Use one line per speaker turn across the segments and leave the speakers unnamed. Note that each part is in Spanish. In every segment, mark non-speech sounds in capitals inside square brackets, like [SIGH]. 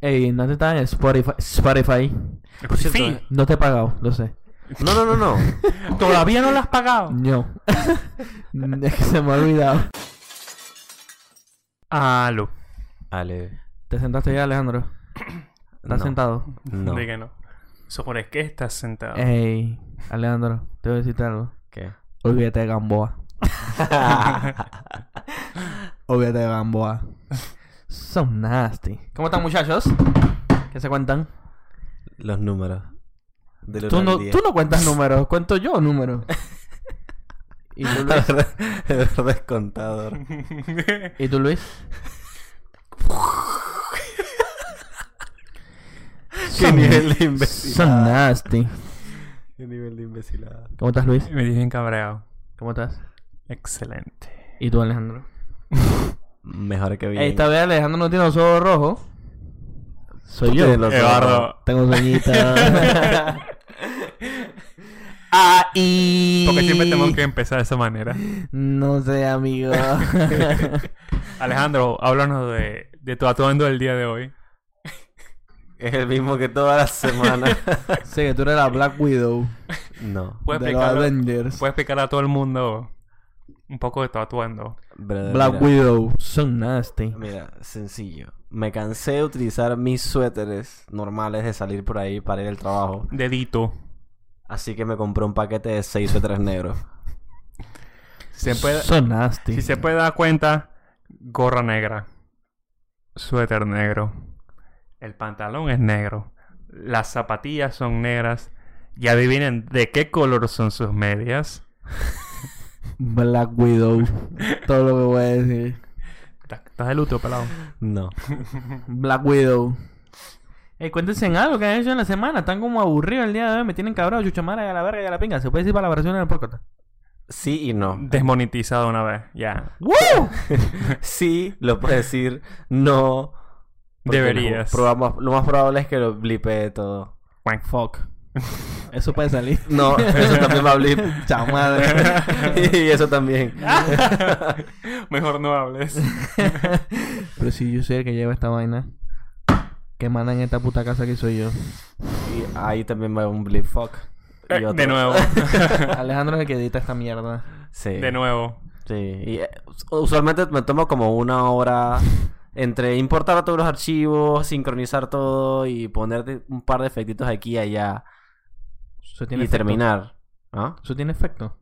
Ey, ¿dónde está? En Spotify. Spotify.
Por cierto,
Sí.
eh,
No te he pagado, lo sé.
No, no, no, no.
todavía no la has pagado.
No. [LAUGHS] es que se me ha olvidado.
Aló.
Ale.
¿Te sentaste ya, Alejandro? ¿Estás
no,
sentado?
No.
De que no. Supone que estás sentado.
Ey, Alejandro, te voy a decirte algo. [LAUGHS]
¿Qué?
Olvídate de [LAUGHS] Gamboa. Olvídate de Gamboa. Son nasty. ¿Cómo están, muchachos? ¿Qué se cuentan?
Los números. Del
Tú
uno
no,
al diez. [LAUGHS]
tú no cuentas números, cuento yo [LAUGHS] números. ¿Y tú, Luis?
El
[LAUGHS]
descontador.
¿Y tú,
[LAUGHS]
Luis?
Qué
Son-
nivel de
Son
imbecilada.
nasty.
Qué nivel de imbecilada.
¿Cómo estás, Luis?
[LAUGHS] Me dicen cabreado.
¿Cómo estás?
Excelente.
¿Y tú, Alejandro?
Mejor que bien.
Ey, Esta vez Alejandro no tiene los ojos rojos. Soy yo.
Tienes
Eh,
los ojos rojos.
Eduardo.
Tengo
[LAUGHS]
sueñita. Ahí.
Porque siempre tenemos que empezar de esa manera.
No sé,
[LAUGHS]
amigo.
Alejandro, háblanos de, de tu atuendo del día de hoy.
Es el mismo que todas
[LAUGHS]
las semanas.
sé que tú eres la Black Widow
no.
¿Puedes
de los
explicarlo-
Avengers.
puedes explicarle a todo el mundo un poco de tu atuendo.
brother,
Black
mira,
Widow. Son nasty.
Mira, sencillo. Me cansé de utilizar mis suéteres normales de salir por ahí para ir al trabajo.
Dedito.
Así que me compré un paquete de seis suéteres negros.
Si se puede,
Son nasty.
si se puede dar cuenta, gorra negra. Suéter negro. El pantalón es negro. Las zapatillas son negras. Y adivinen de qué color son sus medias.
Black [LAUGHS] Widow. Todo lo que voy a decir.
Estás estás de luto, pelado.
No.
Black Widow. Ey, cuéntense en algo que han hecho en la semana. Están como aburridos el día de hoy. Me tienen cabrón, chuchamara y a la verga y a la pinga. ¿Se puede decir versión en el podcast?
Sí y no.
Desmonetizado una vez. Ya.
¡Woo!
Sí, lo puedo decir. No. porque
Deberías.
Lo, probamos- lo más probable es que lo blipe todo.
Cuac.
Fuck. [LAUGHS] Eso puede [LAUGHS] salir.
No, eso también va
[LAUGHS]
a blip. [LAUGHS] y eso también.
[LAUGHS] Mejor no hables.
[LAUGHS] Pero si yo soy el que lleva esta vaina, que manda en esta puta casa que soy [LAUGHS] yo.
Y ahí también va un blip. Fuck. Y
Eh,
otro.
de nuevo.
Alejandro es el que edita esta mierda.
Sí.
De nuevo.
Sí. Y, eh, us- usualmente me tomo como una hora entre importar todos los archivos, sincronizar todo y poner un par de efectitos aquí y allá.
Eso
Y
tiene efecto.
terminar. ¿Ah?
Eso tiene efecto.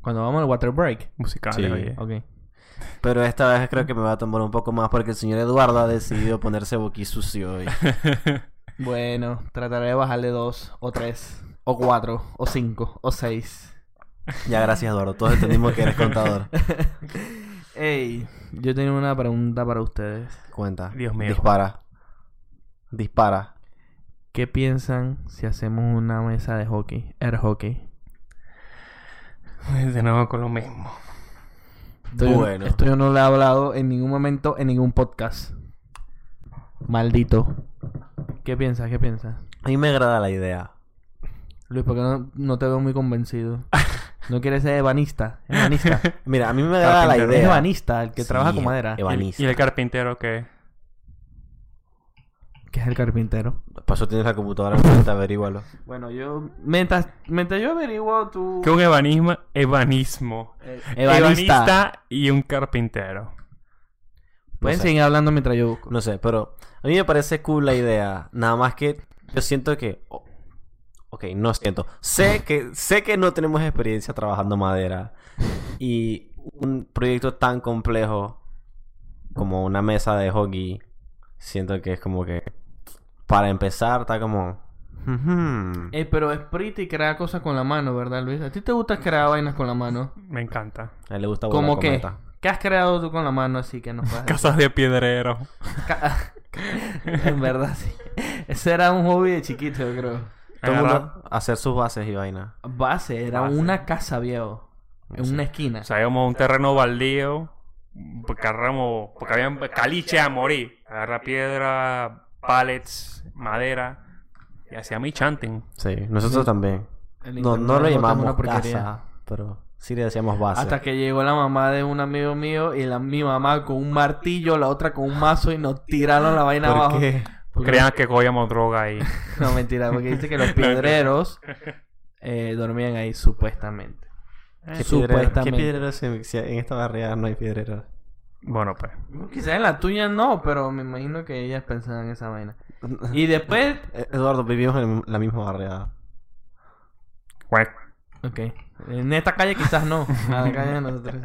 Cuando vamos al water break.
Musical,
Sí.
oye.
Ok.
Pero esta vez creo que me va a tomar un poco más porque el señor Eduardo ha decidido ponerse boquisucio hoy.
Bueno, trataré de bajarle dos, o tres, o cuatro, o cinco, o seis.
Ya, gracias Eduardo. Todos entendimos que eres contador.
[LAUGHS] Ey, yo tengo una pregunta para ustedes.
Cuenta.
[LAUGHS] Dios mío.
Dispara. Dispara.
¿Qué piensan si hacemos una mesa de hockey? Air hockey.
De nuevo con lo mismo.
Esto yo-
Bueno.
esto yo no lo he hablado en ningún momento, en ningún podcast. Maldito. ¿Qué piensas? ¿Qué piensas?
A mí me agrada la idea.
Luis, porque no, no te veo muy
[LAUGHS]
convencido. No quieres ser ebanista. Ebanista.
Mira, a mí me agrada la
Carpintero.
Es
idea.
ebanista, el que
Sí,
trabaja con madera.
¿Y-
Ebanista.
¿Y, el carpintero que
Que es el carpintero.
Por eso tienes la computadora enfrente, averígualo.
Bueno, yo... Mientras, mientras yo averiguo tu...
Que un ebanismo, ebanismo.
Ebanista.
Ebanista y un carpintero.
Pueden
No sé.
seguir hablando mientras yo busco.
Pues, No sé, pero a mí me parece cool la idea. Nada más que yo siento que... oh, ok, no siento.
[LAUGHS]
Sé que, sé que no tenemos experiencia trabajando madera. Y un proyecto tan complejo como una mesa de hockey, siento que es como que... Para empezar, está como... ujú.
Eh, pero es pretty crear cosas con la mano, ¿verdad, Luis? ¿A ti te gusta crear vainas con la mano?
Me encanta.
A él le gusta volar
¿Cómo qué?
cometa.
¿Qué has creado tú con la mano así que nos puedas decir?
[LAUGHS] Casas de piedrero.
Ca- [LAUGHS] en verdad, sí. Ese era un hobby de chiquito, yo creo.
Todo el
Agarra-
mundo hacer sus bases y vaina.
Base, era
Base.
una casa, viejo. En una esquina.
O sea, íbamos a un terreno baldío. Porque agarramos. Porque había caliche a morir. Agarra piedra, pallets, madera. Y hacía mi chanting.
Sí, nosotros también.
El
No,
internet
no lo
es
llamamos
una porquería.
casa, pero sí le decíamos base.
Hasta que llegó la mamá de un amigo mío y la, mi mamá con un martillo, la otra con un mazo y nos tiraron la vaina
¿Por
abajo.
qué?
Porque-
Creían que cogíamos droga [LAUGHS] ahí.
[LAUGHS] No, mentira, porque dice que los piedreros eh, dormían ahí supuestamente.
¿Qué piedrero, ¿Qué
Supuestamente.
piedreros en, si en esta barriada no hay piedreros?
Bueno, pues.
Quizás en la tuya no, pero me imagino que ellas pensaban esa vaina. Y después...
Eh, Eduardo, vivimos en la misma barriada.
Cuac.
Ok. En esta calle quizás no. En la calle de nosotros.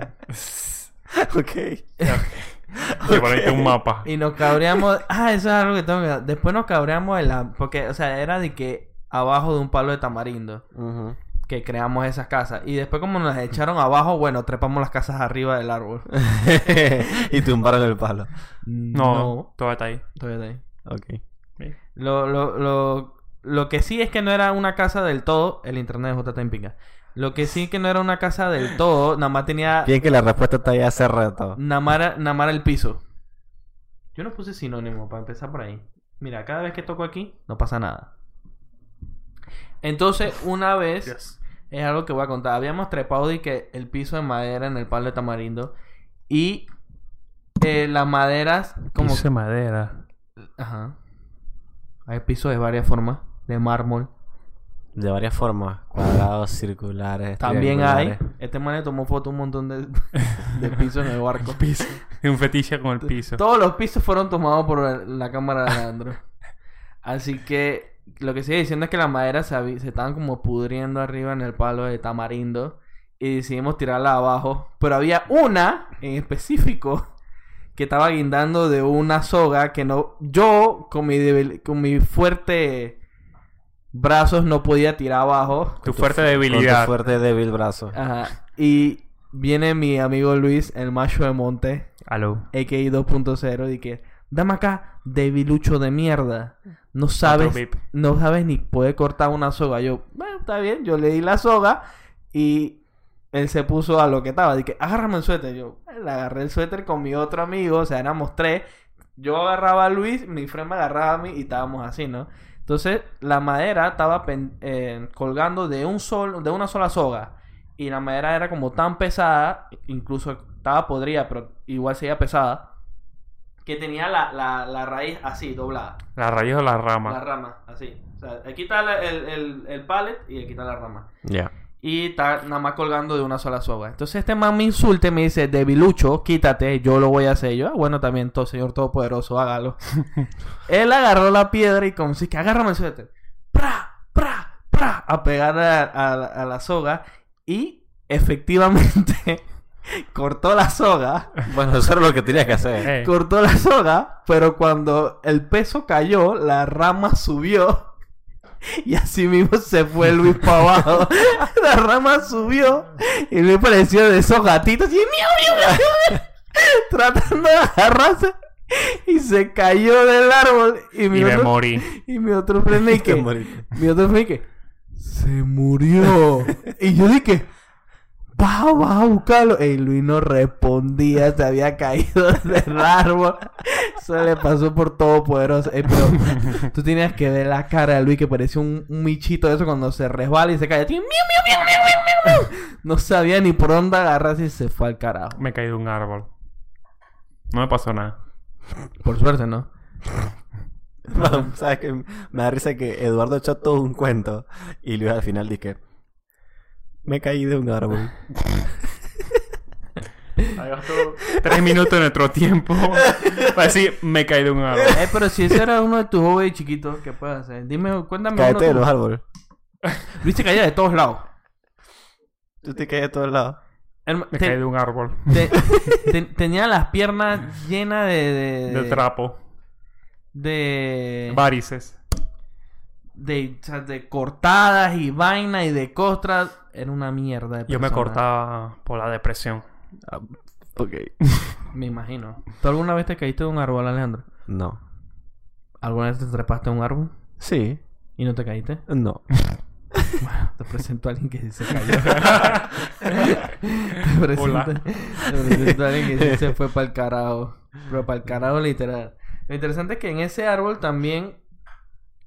ok.
Y por ahí está un mapa.
[LAUGHS] Y nos cabreamos. Ah, eso es algo que tengo que. Después nos cabreamos en la. Porque, o sea, era de que abajo de un palo de tamarindo
Ujú.
que creamos esas casas. Y después, como nos echaron abajo, bueno, trepamos las casas arriba del árbol.
[LAUGHS] y tumbaron el palo.
No,
No,
todo está ahí.
todavía está ahí.
Ok.
Lo, lo, lo, lo que sí es que no era una casa del todo. El internet de JT en pinga. Lo que sí que no era una casa del todo. Nada más tenía.
Bien que la respuesta está ahí hace rato.
Nada más era- nada más era el piso. Yo no puse sinónimo para empezar por ahí. Mira, cada vez que toco aquí, no pasa nada. Entonces, una vez, es algo que voy a contar. Habíamos trepado y que el piso de madera en el palo de tamarindo. Y eh, las maderas, como.
Piso de madera.
Ajá. Hay pisos de varias formas. De mármol.
De varias formas. Cuadrados, circulares.
También hay.
[LAUGHS] triangulares.
Este man le tomó foto a un montón de, de pisos en el barco.
[LAUGHS] Y un fetiche con el piso.
Todos los pisos fueron tomados por el- la cámara de Alejandro. Así que lo que sigue diciendo es que la madera se, habi- se estaban como pudriendo arriba en el palo de tamarindo y decidimos tirarla abajo. Pero había una en específico que estaba guindando de una soga que no. Yo, con mi, debil- con mi fuerte brazos, no podía tirar abajo.
Tu fuerte
Con tu
debilidad.
fuerte
[LAUGHS]
débil brazo.
Ajá. Y viene mi amigo Luis, el macho de monte.
Aló.
AKI 2.0 y que dame acá debilucho de mierda. No sabes,
Otro beep.
no sabes ni poder cortar una soga. Yo, bueno, está bien, yo le di la soga y él se puso a lo que estaba. Dije, agárrame el suéter. Yo eh, le agarré el suéter con mi otro amigo, o sea, éramos tres. Yo agarraba a Luis, mi friend me agarraba a mí y estábamos así, ¿no? Entonces, la madera estaba pen- eh, colgando de un sol, de una sola soga. Y la madera era como tan pesada, incluso estaba podrida, pero igual seguía pesada, que tenía la, la- la raíz así, doblada.
¿La raíz o la
La
rama?
rama, así. O sea, aquí está la- el, el, el pallet y aquí está la rama.
Ya.
Y está nada más colgando de una sola soga. Entonces este man me insulta y me dice, debilucho, quítate, yo lo voy a hacer. Yo, "Ah, bueno, también, todo, señor todopoderoso, hágalo. Él agarró la piedra y como si que agárrame el suéter. ¡Pra! ¡Pra! ¡Pra! A pegar a, a la- a la soga. Y efectivamente [LAUGHS] cortó la soga.
Bueno, eso era lo que tenías que hacer. [LAUGHS]
Eh,
Cortó la soga. Pero cuando el peso cayó, la rama subió. Y así mismo se fue Luis para abajo. [LAUGHS] La rama subió. Y me pareció de esos gatitos. Y miau, miau, miau, miau, [LAUGHS] Tratando de agarrarse. Y se cayó del árbol. Y mi
y me
otro-
[LAUGHS] morí.
y mi otro friend
[LAUGHS]
y
Te
[LAUGHS] que...
moriste.
Mi otro friend que... Se murió. [LAUGHS] y yo dije... Va, va a buscarlo. Y Luis no respondía. Se había caído [LAUGHS] del árbol. Se le pasó por todo poderoso. Eh, [LAUGHS] pero tú tenías que ver la cara de Luis que parecía un, un michito de eso cuando se resbala y se cae. Así, miau, miau, miau, miau, miau, miau. No sabía ni por dónde agarrarse y se fue al carajo.
Me caí de un árbol. No me pasó nada.
Por suerte, ¿no?
Bueno, ¿Sabes qué? Me da risa que Eduardo echó todo un cuento y Luis al final dije: Me caí de un árbol.
Tres minutos de nuestro tiempo. Para decir, me caí de un árbol.
Eh, pero si ese era uno de tus hobbies chiquitos, ¿qué puedes hacer? Dime, cuéntame. uno
Cáete de
tú.
los árboles.
Luis se caía de todos lados.
Tú te caes de todos lados.
Herma-
Me
te-
caí de un árbol.
te- te- tenía las piernas llenas de... De,
De trapo.
de-
Varices.
de- o sea, de cortadas y vainas y de costras. Era una mierda de
Yo me
persona.
cortaba por la depresión.
Ok.
Me imagino. ¿Tú alguna vez te caíste de un árbol, Alejandro?
No.
¿Alguna vez te trepaste a un árbol
Sí.
y no te caíste?
[LAUGHS] No.
Bueno, te presento a alguien que sí se cayó.
[LAUGHS]
[LAUGHS] te, presento,
Hola.
te presento a alguien que sí se fue para el carajo. Pero para el carajo literal. Lo interesante es que en ese árbol también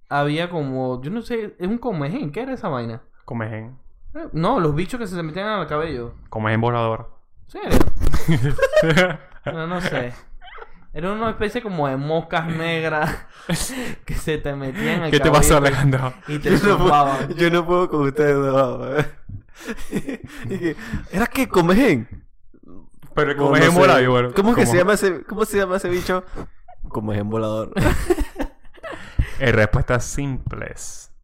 había como... Yo no sé, es un comején. ¿Qué era esa vaina?
Comején.
Eh, No, los bichos que se le metían al cabello.
Comején volador. [LAUGHS]
¿Serio? No, no sé. Era una especie como de moscas negras
[LAUGHS]
que se te metían en el
¿Qué te pasó,
cabello
Alejandro?
Y
[LAUGHS]
te zumbaban.
yo no puedo con ustedes dos. weón. [LAUGHS] Y que, ¿Era que comején?
Pero
No,
como es
no
en
sé.
Moravia, bueno.
¿Cómo es que
como
se llama ese, cómo se llama ese bicho? Comején volador. [LAUGHS]
En respuestas simples.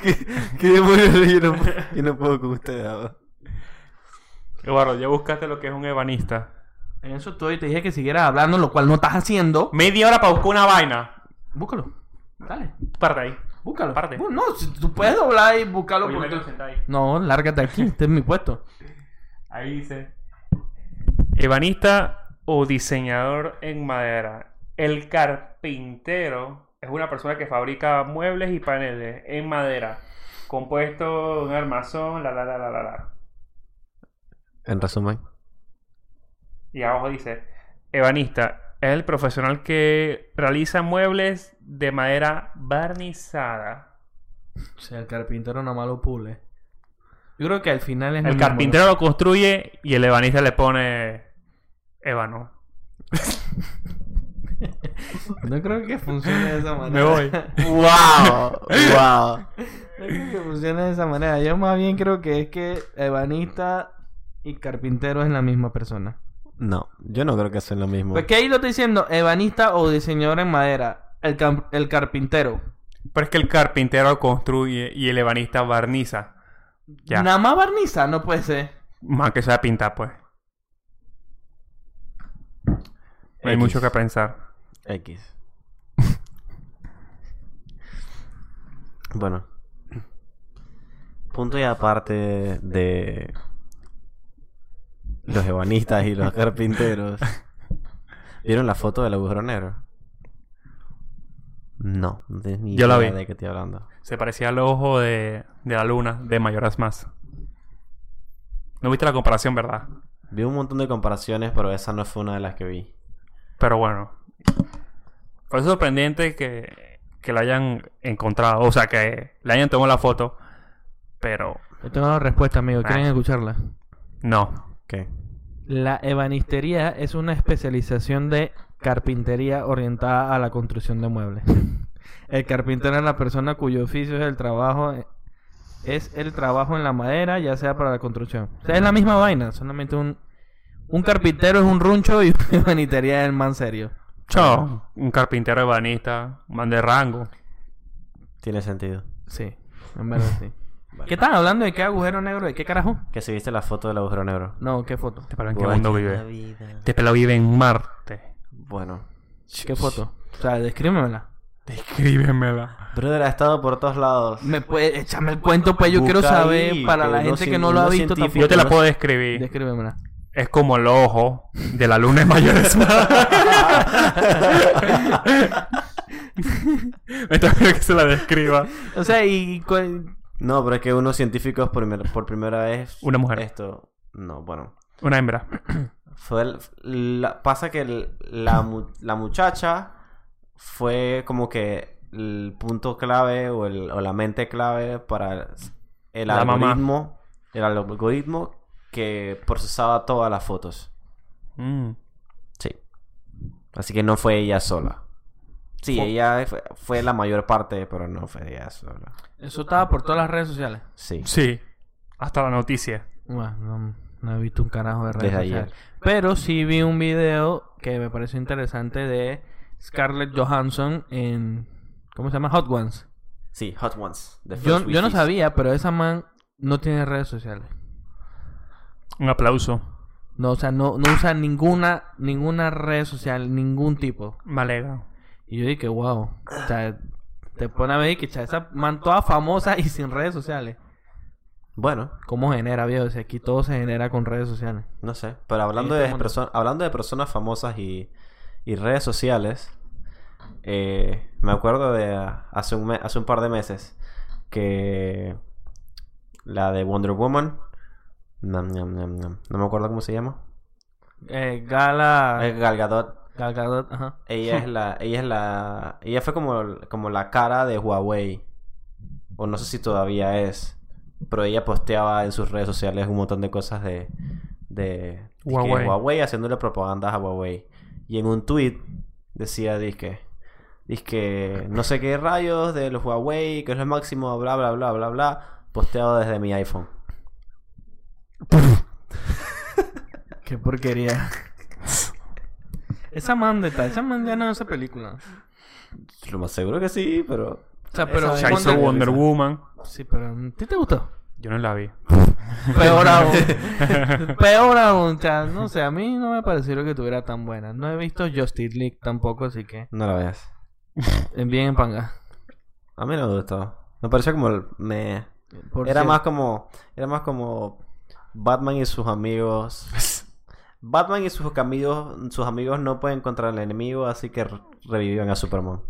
¿Qué, qué demonios? Yo no, yo no puedo con ustedes. weón.
Eduardo, ya buscaste lo que es un ebanista.
En eso estoy y te dije que siguieras hablando, lo cual no estás haciendo.
Media hora para buscar una vaina.
Búscalo. Dale,
Parte ahí.
búscalo. pues.
Parte.
Bu- No, si tú puedes doblar y buscarlo
Oye,
por
me lo
tu-
senté ahí.
No, lárgate
[LAUGHS]
aquí, este es mi puesto.
Ahí dice. Ebanista o diseñador en madera. El carpintero es una persona que fabrica muebles y paneles en madera. Compuesto de un armazón, la la la la la la.
En resumen.
Y abajo dice, ebanista es el profesional que realiza muebles de madera barnizada.
O sea, el carpintero nada más lo pule. Yo creo que al final es... lo
El
mismo,
carpintero lo construye y el ebanista le pone ébano.
¿no? No creo que funcione de esa manera.
[LAUGHS] Me
[LAUGHS]
voy. [LAUGHS]
¡Wow! ¡Wow!
No creo que funcione de esa manera. Yo más bien creo que es que ebanista y carpintero es la misma persona.
No, yo no creo que sea lo mismo.
Pues que ahí lo estoy diciendo, ebanista o diseñador en madera. El, cam- el carpintero.
Pero es que el carpintero construye y el ebanista barniza. Ya.
Nada más barniza, no puede ser.
Más que sea pintar, pues. No hay
X.
mucho que pensar.
X. bueno. Punto y aparte de los ebanistas y
[LAUGHS]
los carpinteros. ¿Vieron la foto del agujero negro? No, no tienes ni
Yo la
idea
vi.
de qué estoy hablando.
Se parecía al ojo de, de la luna de Mayoras Más. No viste la comparación, ¿verdad?
Vi un montón de comparaciones, pero esa no fue una de las que vi.
Pero bueno. Fue sorprendente que, que la hayan encontrado. O sea, que le hayan tomado la foto. Pero
Yo tengo la respuesta, amigo.
¿Quieren
escucharla?
no.
¿Qué?
La ebanistería es una especialización de carpintería orientada a la construcción de muebles. [LAUGHS] El carpintero es la persona cuyo oficio es el trabajo es el trabajo en la madera, ya sea para la construcción. O sea, es la misma vaina, solamente un un carpintero es un runcho y [LAUGHS] una ebanistería es el man serio.
Chao. Un carpintero ebanista. Un man de rango.
Tiene sentido.
Sí, en verdad [LAUGHS] sí. ¿Qué están hablando de qué agujero negro? ¿De qué carajo?
Que si viste la foto del agujero negro.
No, qué foto.
Te paro en qué
Guay,
mundo
la
vive.
vida.
Te pelo vive en Marte.
Bueno.
¿Qué foto? O sea, descríbemela.
Descríbemela.
Brother, ha estado por todos lados.
Me puede echarme el cuento, pues yo quiero
Busca
saber
ahí,
para
que
la
uno
gente
cien-
que no lo ha
uno
visto tampoco.
científico.
Yo te la puedo describir.
Descríbemela.
Es como el ojo de la luna de [LAUGHS] mayores. Me está pidiendo que se la describa.
O sea, y cu-
No, pero es que unos científicos por, primer- por primera vez.
Una mujer.
Esto. No, bueno.
Una hembra.
Fue el- la- pasa que el- la, mu- la muchacha fue como que el punto clave o, el- o la mente clave para el
La mamá.
algoritmo. El algoritmo que procesaba todas las fotos.
Mm.
Sí. Así que no fue ella sola. Sí,
Fue-
ella fue, fue la mayor parte, pero no fue ella sola.
eso estaba por todas las redes sociales.
Sí.
Sí. Hasta la noticia.
Bueno, no, no he visto un carajo de redes
Desde
sociales.
ayer.
Pero sí vi un video que me pareció interesante de Scarlett Johansson en... ¿Cómo se llama? Hot Ones.
Sí, Hot Ones. the
Yo,
first
yo no
Wheaties.
sabía, pero esa man no tiene redes sociales.
Un aplauso.
No, o sea, no, no usa ninguna, ninguna red social, ningún tipo.
Me alegro.
Y yo dije, wow. O sea, te pone a ver que cha, esa man toda famosa y sin redes sociales.
Bueno,
¿Cómo genera, viejo? O sea, aquí todo se genera con redes sociales.
no sé. Pero hablando,
En
de,
este mundo.
perso- hablando de personas famosas y, y redes sociales, eh, me acuerdo de ah, hace un, me- hace un par de meses que la de Wonder Woman. nam, nam, nam, nam, No me acuerdo cómo se llama.
Eh, Gala...
Eh, Gal Gadot.
Gal Gadot, ajá.
Ella es la. Ella es la. Ella fue como, como la cara de Huawei. O no sé si todavía es. Pero ella posteaba en sus redes sociales un montón de cosas de. de de que
Huawei.
Huawei haciéndole propagandas a Huawei. Y en un tweet decía, disque, disque, no sé qué rayos del Huawei, que es lo máximo, bla, bla, bla, bla, bla, posteado desde mi iPhone.
Qué porquería. esa man de tal, esa man ya no es esa película.
Lo más seguro que sí, pero...
O sea, pero.
Ya hizo
ponte-
Wonder Woman.
Sí, pero. ¿A ti te gustó?
[LAUGHS]
Yo no la vi.
Peor
[LAUGHS]
aún. Peor aún. O sea, no sé, a mí no me pareció que tuviera tan buena. No he visto Justice League tampoco, así que.
No lo veas.
eh, Bien en panga.
A mí no me gustó. Me pareció como... el- Me...
Por
Era
cierto.
más como... Era más como... Batman y
[LAUGHS]
sus amigos... Batman y sus amigos, sus amigos no pueden contra el enemigo, así que re- reviven a Superman.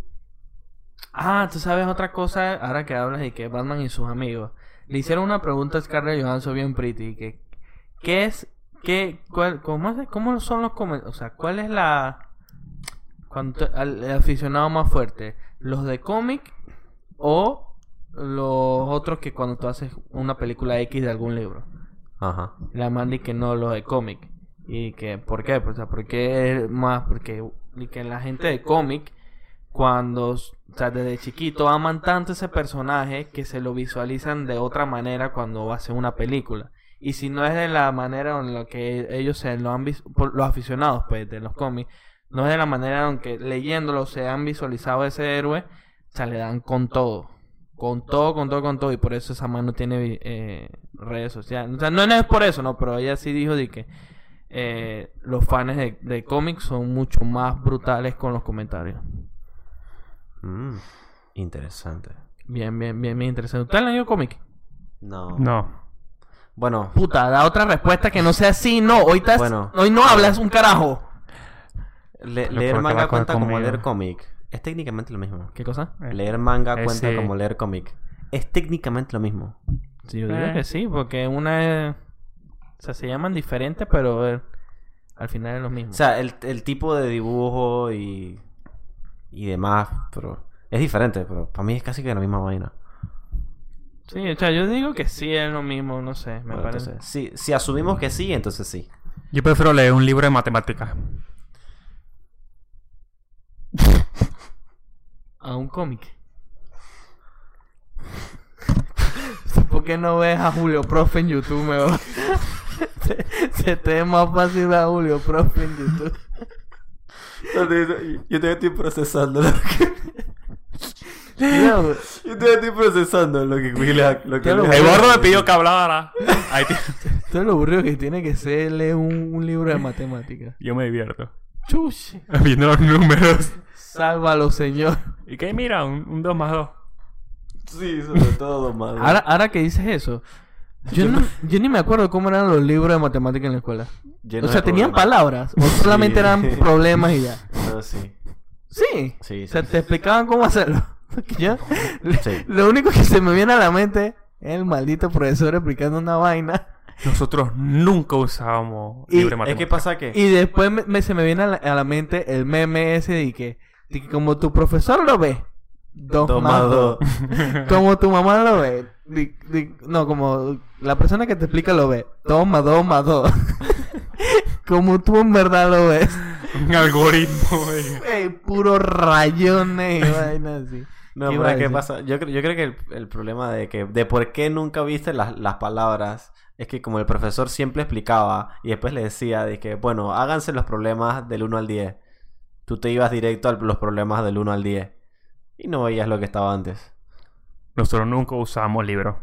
Ah, tú sabes otra cosa ahora que hablas de que Batman y sus amigos. Le hicieron una pregunta a Scarlett Johansson bien pretty. Que, ¿Qué es? Qué, cuál, cómo, es- ¿Cómo son los comentarios? O sea, ¿cuál es la... cuanto- al- el aficionado más fuerte? ¿Los de cómic o los otros que cuando tú haces una película X de algún libro?
Ajá.
La Mandy que no, los de cómic. ¿Y que por qué? Pues, O sea, ¿por qué más? Porque y que la gente de cómic, cuando, o sea, desde chiquito aman tanto ese personaje que se lo visualizan de otra manera cuando hacen una película. Y si no es de la manera en la que ellos se lo han vis- por los aficionados, pues, de los cómics, no es de la manera en que leyéndolo se han visualizado a ese héroe, o sea, le dan con todo. Con todo, con todo, con todo. Y por eso esa mano tiene vi- eh, redes sociales. O sea, no no es por eso, no, pero ella sí dijo de que eh, los fans de, de cómics son mucho más brutales con los comentarios.
Mm, interesante.
Bien, bien, bien, bien interesante. ¿Usted ha leído cómic?
No.
No.
Bueno,
Puta, da otra respuesta que no sea sí, no. Hoy, estás-
Bueno.
hoy no hablas un carajo.
le-
Lo peor que
leer
va a
manga
comer
cuenta como
conmigo.
leer cómic. Es técnicamente lo mismo.
¿Qué cosa?
Eh,
Leer manga
Eh,
cuenta
sí.
como leer cómic. Es técnicamente lo mismo.
Sí, yo digo
Eh.
que sí, porque una es... O sea, se llaman diferentes, pero eh, al final es lo mismo.
O sea, el, el tipo de dibujo y, y demás, pero es diferente, pero para mí es casi que la misma vaina.
sí, o sea, yo digo que sí es lo mismo, no sé, me
Bueno,
parece.
Ah, entonces, si, si asumimos que sí, entonces sí.
Yo prefiero leer un libro de matemáticas.
a un cómic. [LAUGHS] ¿Por qué no ves a Julio Profe en YouTube mejor? [LAUGHS] se, se te es más fácil ver a Julio Profe en YouTube.
Yo todavía estoy procesando lo que...
No,
Yo todavía estoy procesando lo que
que- Yo lo-
El gordo me pidió que hablara. Ahí te-
esto es lo aburrido que tiene que ser leer un, un libro de matemáticas.
[LAUGHS] Yo me divierto.
Chush.
Viendo los números.
Sálvalo, señor.
¿Y qué? Mira, un 2 más 2.
Sí, sobre todo, madre.
[LAUGHS] Ahora, ahora que dices eso, yo, no- yo ni me acuerdo cómo eran los libros de matemáticas en la escuela.
Lleno
O
de
sea, tenían
problemas.
palabras, o solamente
Sí.
eran problemas y ya.
No, sí.
Sí.
Sí,
O sea,
sí.
te explicaban cómo hacerlo. [LAUGHS] Porque yo-
Sí.
Lo único que se me viene a la mente es el maldito profesor explicando una vaina.
Nosotros nunca usábamos
Y-
libre
Es que
matemáticas.
pasa que...
Y después me, me- se me viene a la, a la mente el meme ese de que, de que como tu profesor lo ve, dos más dos.
Tomado.
[LAUGHS] Como tu mamá lo ve, di- di- no, como la persona que te explica lo ve, dos más dos más dos. [LAUGHS] como tú en verdad lo ves. [LAUGHS]
Un [LAUGHS] algoritmo. de-
Ey, puro rayones y vainas así.
No,
¿Qué
pero
iba a
es que
decir?
pasa. Yo, creo- yo creo que el, el problema de que de por qué nunca viste las, las palabras es que como el profesor siempre explicaba y después le decía de que, bueno, háganse los problemas del 1 al 10. Tú te ibas directo a los problemas del 1 al 10 y no veías lo que estaba antes.
Nosotros nunca usábamos libros.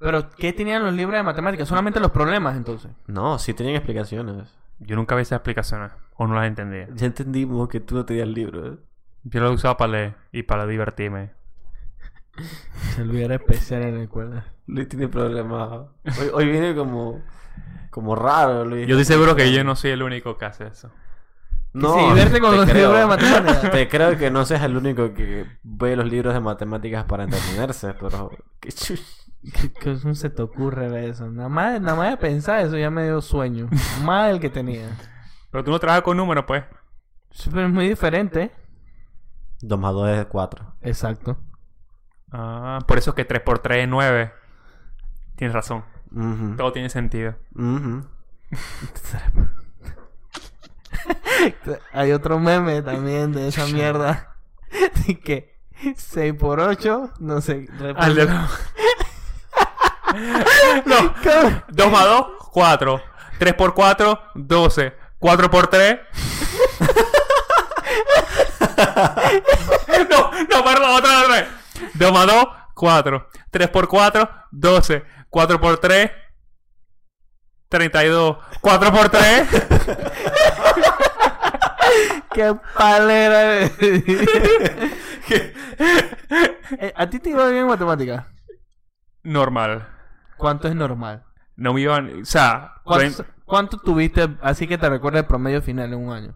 Pero, ¿qué tenían los libros de matemáticas? Solamente los problemas, entonces.
No, sí tenían explicaciones.
Yo nunca vi esas explicaciones. O no las entendía.
Ya entendimos que tú no tenías libros.
Yo las usaba para leer y para divertirme.
Se lo hubiera especial en la escuela.
Luis tiene problemas. Hoy, hoy viene como, como raro, Luis.
Yo estoy seguro que yo no soy el único que hace eso.
se divierte con
te
los libros de matemáticas.
[LAUGHS] Te creo que no seas el único que ve los libros de matemáticas para entretenerse, pero... qué chuch.
¿Qué, qué no se te ocurre ver eso? Nada más, nada más de pensar eso ya me dio sueño. Más del que tenía.
Pero tú no trabajas con números, pues.
Sí, Pero es muy diferente.
Dos más dos es cuatro.
Exacto.
Ah, por eso es que 3x3 es 9. Tienes razón.
Ujú,
Todo tiene sentido.
ujú.
Hay otro meme también de esa mierda. [LAUGHS] De que 6 por 8 no sé.
Al de la- [LAUGHS] no. 2 más 2, 4. 3 por 4, 12. 4 por 3. [LAUGHS] no, no, perdón, otra vez. 2 más 2, 4. 3 por 4, 12. 4 por 3, 32. 4 por 3.
¡Qué palera!
[LAUGHS]
[LAUGHS] Eh, ¿A ti te iba bien en matemática?
Normal.
¿Cuánto es normal?
No me iban. O sea,
¿Cuánto, cuánto tuviste así que te recuerda el promedio final en un año?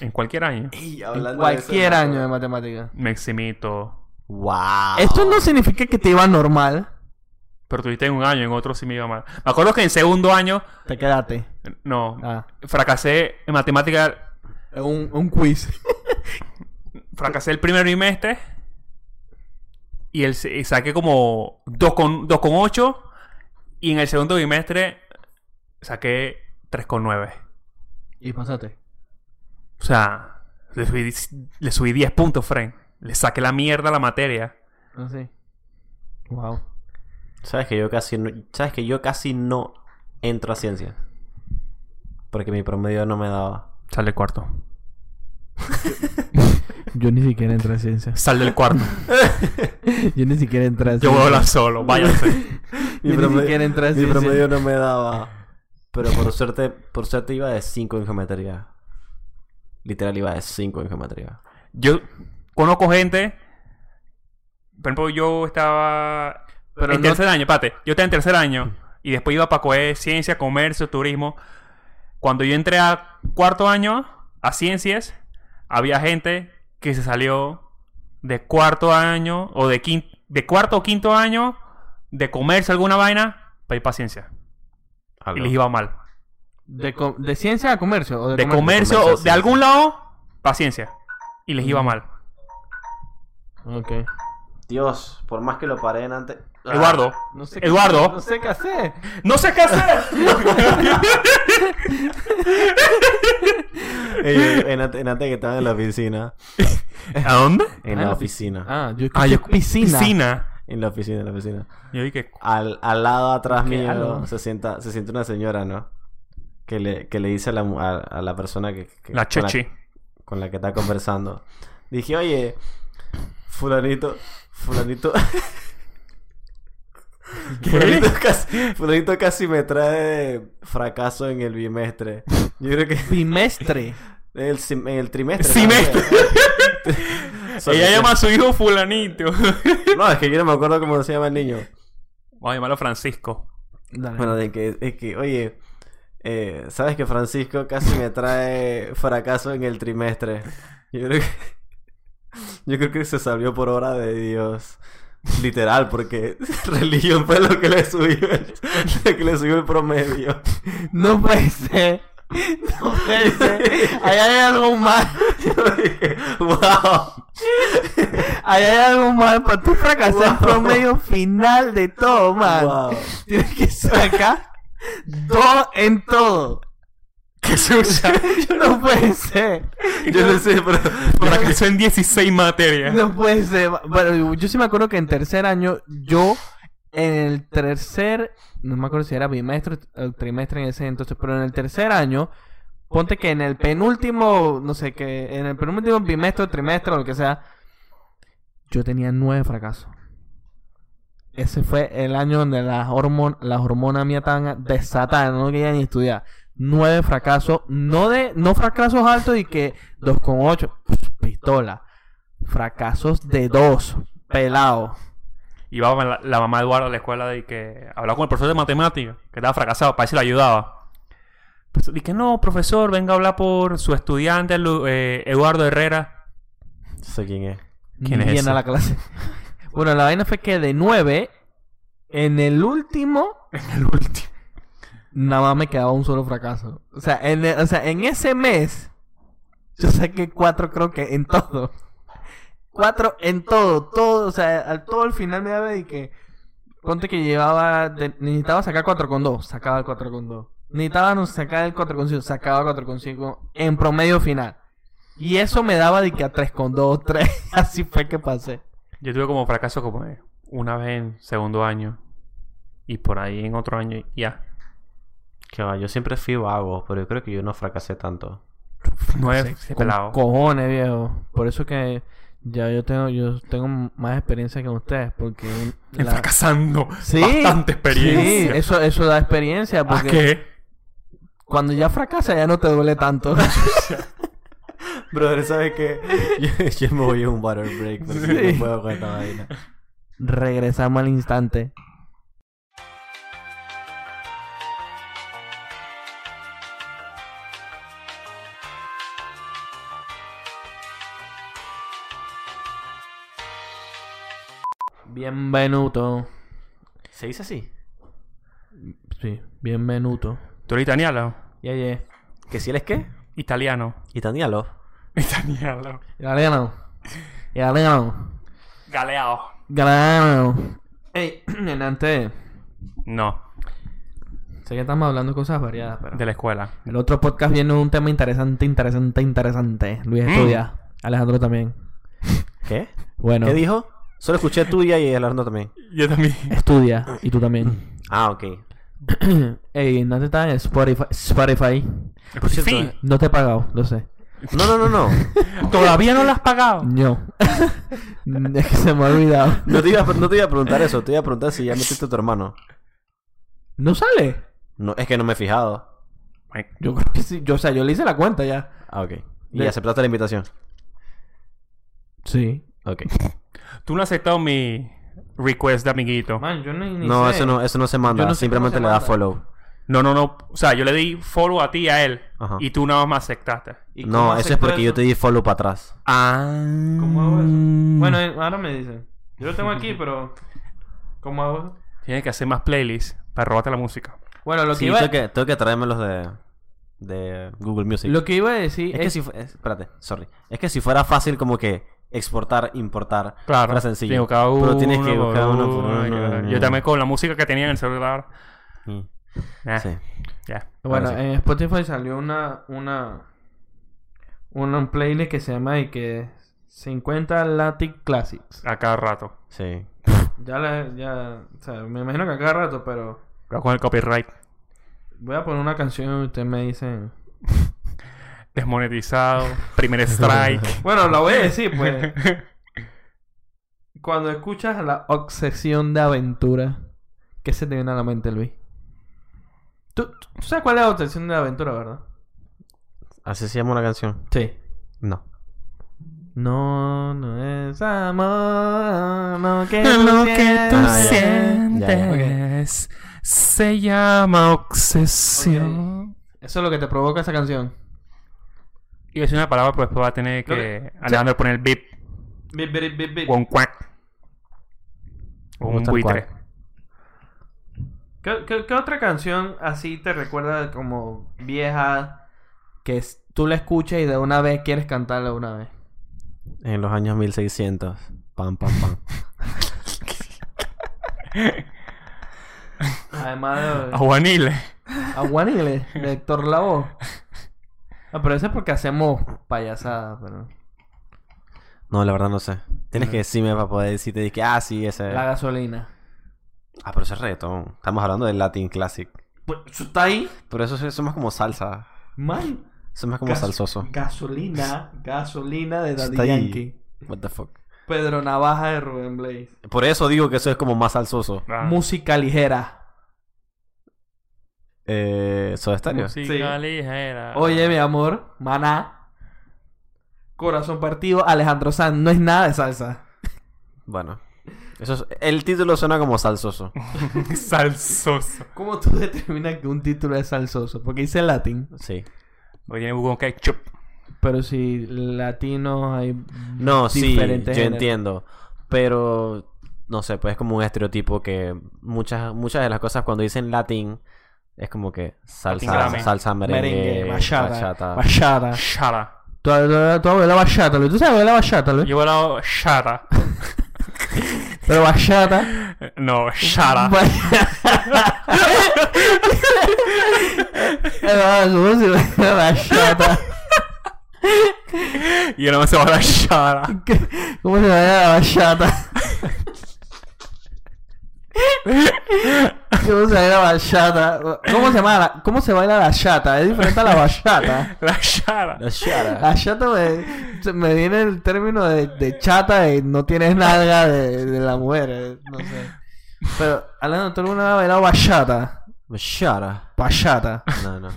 en cualquier año.
Y
En
hablando de eso,
cualquier
me
año de
acuerdo.
matemática.
Maximito.
Wow.
Esto no significa que te iba normal.
Pero tuviste en un año, en otro sí me iba mal. Me acuerdo que en segundo año,
Te quedaste.
no,
Ah,
fracasé en matemática,
un, un quiz.
fracasé el primer trimestre y, el, se- y saqué como 2,8 con, dos con ocho, y en el segundo trimestre saqué 3,9.
[LAUGHS] y pasaste.
O sea, le subí, le subí 10 puntos, Fren. Le saqué la mierda a la materia.
Así. Wow.
Sabes que yo casi no, sabes que yo casi no entro a ciencia. Porque mi promedio no me daba.
Sal del cuarto.
Yo ni siquiera entré a [LAUGHS] ciencias.
Sal del cuarto.
Yo ni siquiera entré a
Yo voy a hablar solo, váyanse.
Yo ni siquiera entré a
mi
ciencia.
promedio no me daba. Pero por suerte, por suerte iba de 5 en geometría. Literal iba de 5 en geometría.
Yo conozco gente. Por ejemplo, yo estaba
Pero
en
no-
tercer año, pate. Yo estaba en tercer año y después iba para COE, ciencia, comercio, turismo. Cuando yo entré a cuarto año, a ciencias, había gente que se salió de cuarto año o de, quin- de cuarto o quinto año de comercio, alguna vaina, para ir para ciencia. Y les iba mal.
De, co- de ciencia a comercio. O de,
De
comercio.
comercio,
comercio a
o de
ciencia.
algún lado, para ciencia. Y les iba mal.
Ok.
Dios, por más que lo paren antes. Ah,
Eduardo.
No sé
Eduardo.
Qué, no sé qué hacer.
¡No sé qué hacer!
eh, [LAUGHS] en, ante- en antes que estaban en la piscina.
¿A dónde?
En
Ah,
la
la pi-
oficina.
Ah, yo
Ah,
escuché
yo-
piscina.
Piscina.
En la oficina, en la oficina.
Yo dije,
Al, al lado atrás
Qué
mío
algo.
se sienta, se sienta una señora, ¿no? Que le, que le dice a la, mu- a, a la persona que, que-
la
con,
chechi.
con la que está conversando. Dije, oye, fulanito, fulanito. [LAUGHS] Fulanito
[LAUGHS]
casi, fulanito casi me trae fracaso en el bimestre. Yo creo que
Bimestre.
el, sim- el trimestre. ¿no?
Simestre. [LAUGHS]
Sorry.
Ella llama a su hijo fulanito.
No, es que yo no me acuerdo cómo se llama el niño.
Vamos a llamarlo Francisco.
Dale.
Bueno, de que, es que, oye, eh, sabes que Francisco casi me trae fracaso en el trimestre. Yo creo que, [LAUGHS] yo creo que se salió por obra de Dios. Literal, porque [LAUGHS] religión fue lo que le subió el, [LAUGHS] lo que le subió el promedio. [LAUGHS]
No puede ser. No puede ser. Ahí hay algo mal.
Yo dije, wow.
Ahí hay algo mal. Para tú fracasar el promedio final de todo, man.
Wow.
Tienes que sacar dos en todo.
¿Qué se [LAUGHS] usa?
No puede ser.
Yo no sé, pero,
Para que son 16 materias.
No puede ser. Bueno, yo sí me acuerdo que en tercer año, yo, en el tercer, no me acuerdo si era bimestre o trimestre en ese entonces, pero en el tercer año, ponte que en el penúltimo, no sé qué, en el penúltimo bimestre, trimestre o lo que sea, yo tenía nueve fracasos. Ese fue el año donde las hormonas las hormonas mía estaban desatadas, no quería ni estudiar. Nueve fracasos, no de, no fracasos altos y que 2,8, pistola fracasos de dos, pelado.
Iba la, la mamá de Eduardo a la escuela de que hablaba con el profesor de matemáticas, que estaba fracasado, para ver si le ayudaba. Pues, dije, no, profesor, venga a hablar por su estudiante, Lu- eh, Eduardo Herrera.
No sé quién es.
¿Quién es
Bien
ese?
a la clase. [LAUGHS] Bueno, la vaina fue que de nueve, en el
[LAUGHS]
último,
El último.
nada más me quedaba un solo fracaso. O sea, en, el- o sea, en ese mes, yo saqué cuatro, creo que en todo. Cuatro en todo, todo, o sea, al todo el final me daba de que. Ponte que llevaba. de- necesitaba sacar cuatro con dos, sacaba el cuatro con dos. necesitaba sacar el 4,5, sacaba 4,5 en promedio final. Y eso me daba de que a 3,2, 3, [LAUGHS] así fue que pasé.
Yo tuve como fracaso como eh, una vez en segundo año y por ahí en otro año y ya.
Que va, yo siempre fui vago, pero yo creo que yo no fracasé tanto.
No
Sí,
es sí,
Con
pelado.
cojones, viejo. Por eso que ya yo tengo yo tengo más experiencia que ustedes porque
En
la-
fracasando.
Sí,
Bastante experiencia.
Sí, eso eso da experiencia
¿A
porque
qué?
cuando ya fracasa ya no te duele
[LAUGHS]
tanto.
Brother, ¿sabes qué? [LAUGHS] Yo, yo me voy a un water break porque
Sí.
no puedo con esta vaina.
Regresamos al instante. Bienvenuto.
¿Se dice así?
Sí, bienvenuto.
¿Tú eres italiano?
Ya, ya.
¿Que si él es qué?
Italiano. [LAUGHS]
Itanialo.
Italiano.
Galeano. Galeano.
Galeado.
Galeano. Ey, [CLEARS THROAT] Nante,
No,
sé que estamos hablando cosas variadas, pero...
de la escuela.
El otro podcast viene un tema interesante, interesante, interesante. Luis
Mm.
estudia. Alejandro también.
¿Qué?
Bueno,
¿Qué dijo? Solo escuché tuya y Alejandro también.
Yo también.
estudia. Y tú también. [CLEARS THROAT]
Ah, ok.
Ey, ¿no te está en Spotify? Spotify.
[LAUGHS] Por eh.
cierto,
fin.
No te he pagado, lo sé.
No, no, no, no.
Todavía no la has pagado.
No. [LAUGHS] es que se me ha olvidado.
No te, iba a, pre- no te iba a preguntar eso. Te iba a preguntar si ya metiste a tu hermano.
¿No sale?
No, es que no me he fijado.
Yo creo que sí. Yo, o sea, yo le hice la cuenta ya.
Ah, ok. ¿Y
De-
aceptaste la invitación?
Sí.
Ok.
Tú no has aceptado mi request de amiguito.
Man, yo ni,
No, eso no, eso no se manda.
Yo no sé
Simplemente
cómo
le
se
da
manda.
follow.
No, no, no. O sea, yo le di follow a ti y a él.
Ajá.
Y tú nada más aceptaste.
No, eso es porque yo te di follow para atrás.
Ah.
¿Cómo hago eso?
Mm,
Bueno, eh, ahora me dicen. Yo lo tengo aquí, pero... ¿Cómo hago eso?
Tienes que hacer más playlists para robarte la música.
Bueno, lo que,
Sí,
iba,
tengo que, tengo que traerme los de, de Google Music.
lo que iba a decir
Es que si fu- es- espérate, sorry. Es que si fuera fácil como que exportar, importar,
Claro.
fuera sencillo.
Tengo cada uno,
Pero tienes que
por
buscar uno por
uno,
uno,
ya.
uno.
Yo también con la música que tenía en el celular.
Mm, eh.
Eh,
Sí.
Ya.
Bueno,
Ahora sí.
en Spotify salió una, una, una un playlist que se llama y que 50 Latin Classics.
A cada rato.
Sí.
Ya, la, ya, o sea, me imagino que a cada rato, pero
Pero Con el copyright.
voy a poner una canción y ustedes me dicen.
Desmonetizado. [LAUGHS] Primer [LAUGHS] strike.
Bueno, la voy a decir, pues. Cuando escuchas la obsesión de aventura, ¿qué se te viene a la mente, Luis? ¿Tú, tú sabes cuál es la obsesión de aventura, verdad?
Así se llama una canción.
Sí.
No.
No, no es amor, no
[LAUGHS]
que
Lo
tú Ah,
que tú
sientas.
sientes se llama
obsesión.
obsesión.
Eso es lo que te provoca esa canción.
Iba a decir una palabra, pero después va a tener
Creo
que Alejandro poner el beep
Bip, bip, bip, bip.
o un cuac. O
Me
un
gusta el
buitre.
cuac.
¿Qué, qué, qué otra canción así te recuerda como vieja que es- tú la escuchas y de una vez quieres cantarla de una vez?
En los años 1600. Pam, pam, pam.
Además de
Aguanile.
[LAUGHS] Aguanile, de Héctor Lavoe. Ah, pero eso es porque hacemos payasadas, pero...
No, la verdad no sé. Tienes que decirme para poder decirte de que, ah, sí, ese.
La gasolina.
Ah, pero ese es reggaetón. Estamos hablando del Latin Classic.
Pues, ¿Eso está ahí?
Pero eso, eso es más como salsa.
Man,
Eso es más como
Gas-
salsoso.
Gasolina, gasolina de Daddy
Está ahí.
Yankee.
What the fuck.
Pedro Navaja de Rubén Blaze.
Por eso digo que eso es como más salsoso.
Ah.
Música ligera.
Eh, ¿Soda Stereo?
Música ligera.
Oye, mi amor, maná. Corazón partido, Alejandro Sanz. No es nada de salsa.
Bueno. Eso es- el título suena como salsoso.
Salsoso.
¿Cómo tú [LAUGHS] determinas que un título es salsoso? Porque dice latín.
Sí.
Hoy tiene Google Ketchup.
Pero si latino hay...
No, sí, yo
diferentes géneros.
entiendo. Pero, no sé, pues es como un estereotipo que muchas, muchas de las cosas cuando dicen latín es como que salsa,
Latin grammy.
salsa merengue,
Merengue, bachata.
bachata.
Bachata.
Shara.
Tú, tú, tú hablas bachata, Luis. ¿Tú sabes bailar bachata, Luis?
Yo he hablado Shara.
Pero bachata.
No, shara.
Bachata. Ah, ¿Cómo se llama? Bachata.
Y no me se va a shara.
[LAUGHS] ¿Qué- ¿Cómo se llama la bachata? [LAUGHS] ¿Cómo se baila la bachata? ¿Cómo se, llama la- ¿Cómo se baila la bachata? Es diferente a la bachata.
La shara.
La shara.
La chata me, se- me viene el término de, de chata de no tienes nalga de, de la mujer. eh, No sé. [LAUGHS] Pero, hablando, ¿tú alguna vez has bailado bachata?
La shara.
Bachata. [LAUGHS]
No, no.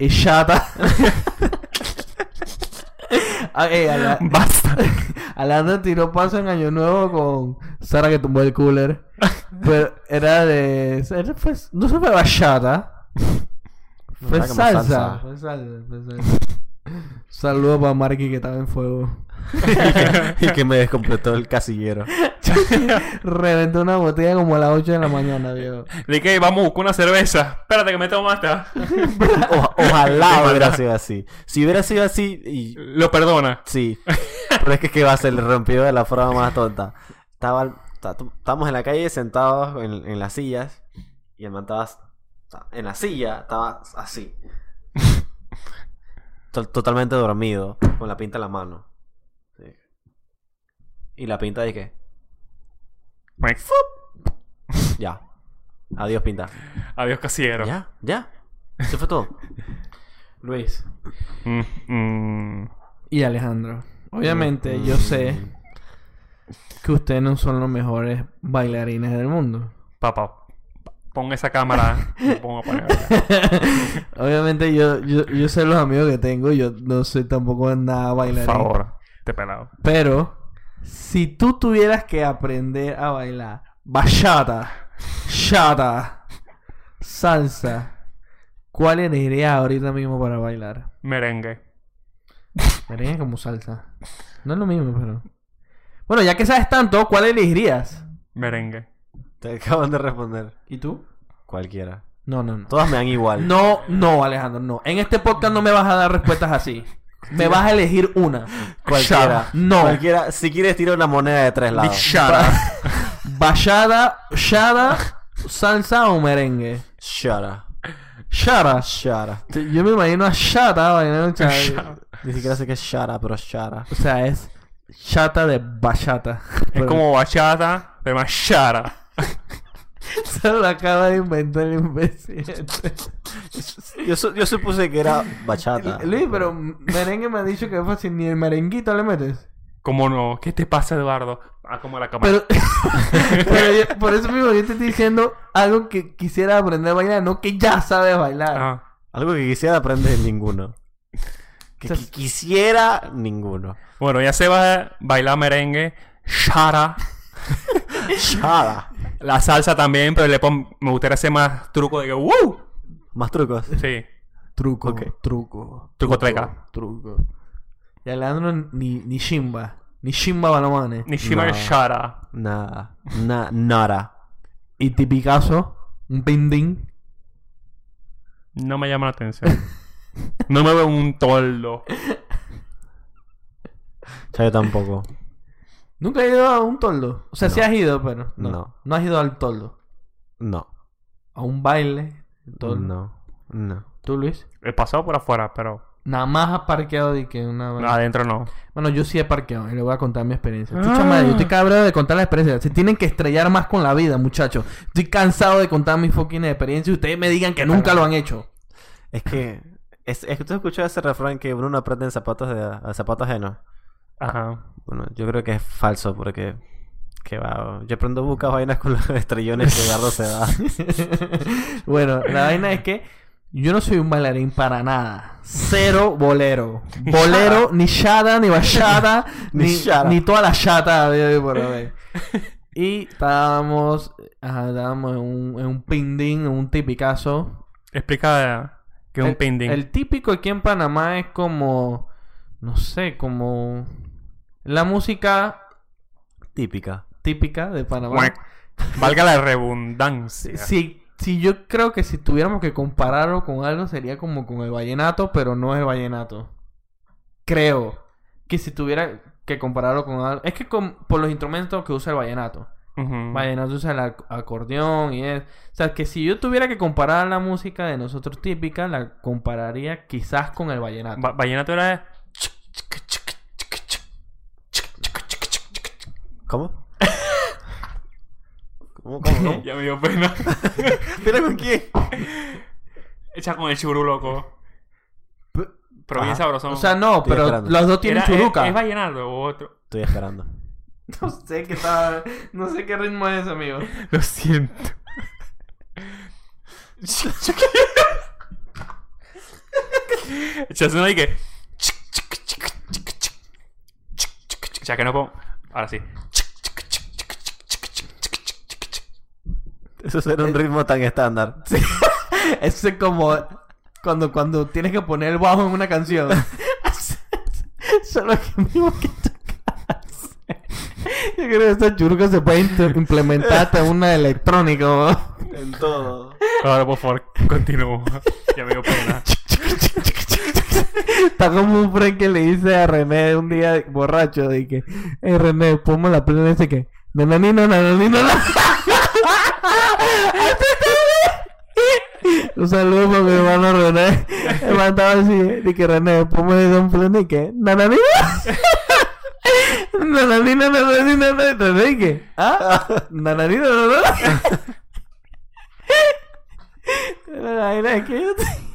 Y chata. [LAUGHS] Ah, eh, a la-
Basta.
[LAUGHS] Alana tiró paso en Año Nuevo con Sara que tumbó el cooler. Pero era de. era- fue- no se fue bachata. Fue
Era como
salsa.
salsa.
Fue salsa. Fue salsa. Saludo para Marky que estaba en fuego.
[LAUGHS] y que me descompletó el casillero.
Reventó una botella como a las 8 de la mañana, viejo.
Le que vamos a buscar una cerveza. Espérate que me tomo esta.
O-
[LAUGHS]
ojalá hubiera sido así. Si hubiera sido así, y
Lo perdona.
sí. Pero es que ¿qué va a ser? Le rompió de la forma más tonta. Estaba, ta- estábamos en la calle sentados en, en las sillas. Y el man estaba ta- en la silla, estaba así. To- totalmente dormido, con la pinta en la mano. Sí. Y la pinta dije, ya. Adiós, pinta.
Adiós, casillero.
Ya, ya. Eso fue todo. Luis.
Mm, mm.
Y Alejandro. Obviamente,
Mm.
yo sé que ustedes no son los mejores bailarines del mundo. [LAUGHS]
Papá, pon esa cámara.
[LAUGHS]
Lo pongo a apagar.
Obviamente, yo, yo, yo sé los amigos que tengo. Yo no soy tampoco nada
Por
bailarín.
favor, te pelado.
Pero si tú tuvieras que aprender a bailar bachata, chata, salsa, ¿cuál elegirías ahorita mismo para bailar?
Merengue.
Merengue como salsa. No es lo mismo, pero. Bueno, ya que sabes tanto, ¿cuál elegirías?
Merengue.
Te acaban de responder.
¿Y tú?
Cualquiera.
No, no, no.
Todas me dan igual.
No, no, Alejandro, no. En este podcast no me vas a dar respuestas así. Me vas a elegir una.
Cualquiera.
No.
Cualquiera. Si quieres, tira una moneda de tres lados.
Bachata, Bachata, salsa o merengue.
Shara.
Shara.
Shara.
Te- Yo me imagino a Shata bailando cha-
[LAUGHS]
Ni siquiera sé qué es Shara, pero Shara.
O sea, es Shata de bachata.
Es como bachata, pero más shara.
Se [LAUGHS] lo acaba de inventar el imbécil.
Yo, su- yo supuse que era
Ah,
bachata.
Luis, pero merengue me ha dicho que es fácil. Ni el merenguito le metes.
¿Cómo no? ¿Qué te pasa, Eduardo? Ah, como la cámara. [LAUGHS]
Pero, pero yo- por eso mismo yo te estoy diciendo algo que quisiera aprender a bailar, no que ya sabes bailar.
Ah,
Algo que quisiera aprender ninguno. Que,
Entonces-
qui- quisiera ninguno.
Bueno, ya se va a bailar merengue. Shara.
Shara.
La salsa también, pero le pon... me gustaría hacer más truco de que ¡Woo!
Más trucos.
Sí.
Truco,
Ok.
truco,
Truco treca.
truco. Y Alejandro ni, ni Shimba, ni Shimba Balomane.
Nishima
No.
Shara.
Nada. Na, nada.
Y Tipicazo, un pindín.
No me llama la atención. no me veo un toldo.
Ya yo tampoco.
Nunca he ido a un toldo. O sea, sí
No.
has ido, pero no. No,
No.
has ido al toldo.
No.
A un baile. toldo.
No. No.
¿Tú, Luis?
He pasado por afuera, pero
Nada más has parqueado de que una
adentro no.
Bueno, yo sí he parqueado y le voy a contar mi experiencia.
Ah.
Chucha madre, yo estoy cabrón de contar la experiencia. Se tienen que estrellar más con la vida, muchachos. Estoy cansado de contar mis fucking experiencias y ustedes me digan que nunca lo han hecho.
Es que. Es, es que tú escuchado ese refrán que uno no aprende en zapatos de a zapatos ajenos.
Ajá.
Bueno, yo creo que es falso porque. Que va. Yo aprendo a buscar vainas con los estrellones que Gardo se da. [LAUGHS]
Bueno, la vaina es que yo no soy un bailarín para nada. Cero bolero. Bolero, ni chata, ni bachata,
Ni
ni,
chata.
ni toda la chata. había ahí por ahí. Y estábamos, ajá, estábamos en un, en un pindín, en un tipicazo.
Explica eh, que es un
El-
pending.
El típico aquí en Panamá es como, no sé, como la música
Típica.
típica de Panamá.
Guac. Valga la redundancia.
Sí, sí, yo creo que si tuviéramos que compararlo con algo sería como con el vallenato, pero no es vallenato. Creo que si tuviera que compararlo con algo. Es que con- por los instrumentos que usa el vallenato. Mm.
Ujú.
Vallenato usa el ac- acordeón y es. O sea, que si yo tuviera que comparar la música de nosotros típica, la compararía quizás con el vallenato.
Va- vallenato era...
¿Cómo? [LAUGHS] ¿Cómo, cómo, cómo?
[LAUGHS] ya me
[LAUGHS]
dio pena.
[LAUGHS] ¿Pero con quién?
Echa con el churu, loco. Pero bien
Ajá.
sabrosón.
o sea, no,
Estoy
pero
esperando.
los dos tienen
Era-
churuca.
Es, es vallenato o otro.
Estoy esperando.
eh, [LAUGHS] No sé qué estaba- No sé qué ritmo es, amigo.
Lo siento. Echas una y que. O sea, que no puedo. Ahora sí.
Eso era un ritmo tan estándar.
[LAUGHS] Eso es como cuando, cuando tienes que poner el bajo en una canción. [LAUGHS] Solo que mismo que tocas. Yo creo que esta churca se puede inter- implementar hasta en una electrónica. ¿no?
En todo.
Ahora, por favor, continúo. Ya me dio pena.
Está como un friend que le dice a René un día borracho de que, eh, René, ponme la plena ese que, nananino, nananino, na-". Un saludo para mi hermano René. El man estaba así, de que René, ponme ese un plena y que, nananino. Nananino, nananino, na-". René, ¿y qué? ¿Ah? Nananino, nananino. La vaina es que yo te-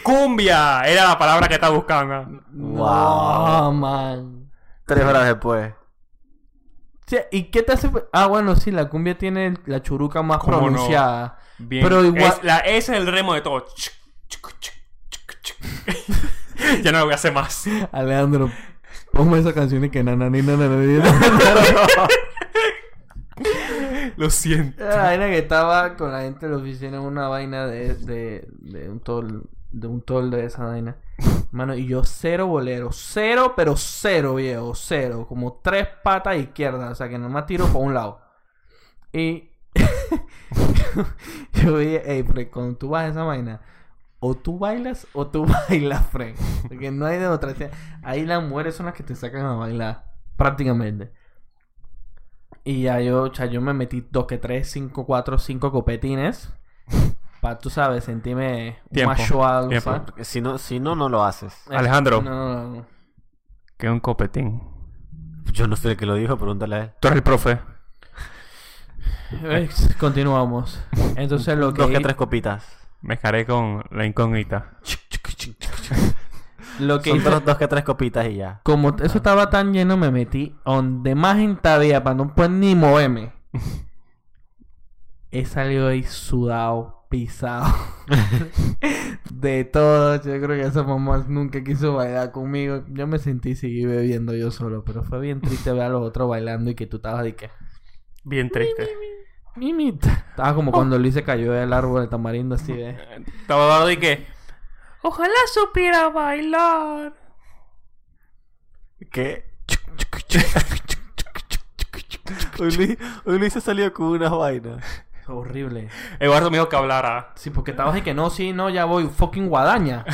¡Cumbia! Era la palabra que estaba buscando.
no,
Wow.
man.
[LAUGHS] Tres horas después.
Sí, ¿Y qué te hace? Ah, bueno, sí, la cumbia tiene la churuca más
¿Cómo no?
pronunciada.
Bien.
Pero igual-
Es la- ese es el remo de todo. ya no lo voy a hacer más.
Alejandro, ponme esa canción y que nanani, nanani.
Lo siento.
La vaina Ah, que estaba con la gente de la oficina, una vaina de, de, de un tol, de un tol de esa vaina. Mano, y yo cero bolero, cero, pero cero, viejo, cero, como tres patas izquierdas, o sea que nomás tiro por un lado. Y [LAUGHS] yo dije, hey, Fred, cuando tú vas a esa vaina, o tú bailas o tú [LAUGHS] bailas, Fred. Porque no hay de otra. O sea, Ahí las mujeres son las que te sacan a bailar, prácticamente. Y ya yo, o sea, yo me metí dos que tres, cinco, cuatro, cinco copetines. Para, tú sabes, sentirme
Tiempo,
más chual, o
tiempo.
sea.
Porque si no, si no, no lo haces.
Alejandro.
No, no, no.
Que un copetín.
Yo no sé el que lo dijo, pregúntale a él.
Tú eres el profe.
Eh, Continuamos. Entonces lo que,
Dos que tres copitas.
Mezclaré con la incógnita.
lo que
Son
hice-
dos, dos que tres copitas y ya.
como eso estaba tan lleno, me metí donde más gente había para no poder ni moverme. He salido ahí sudado, pisado. [LAUGHS] De todo, yo creo que esa mamá nunca quiso bailar conmigo. Yo me sentí seguir bebiendo yo solo, pero fue bien triste ver a los otros bailando y que tú estabas de que.
Bien triste.
Mimita. Estaba como cuando Luis se cayó del árbol de tamarindo así de.
Estaba hablando de que. Ojalá supiera bailar.
¿Qué? Uli- Ulises salió con unas vainas.
Horrible.
Eduardo me dijo que hablara.
Sí, porque estabas de que no, sí, no, ya voy, fucking guadaña.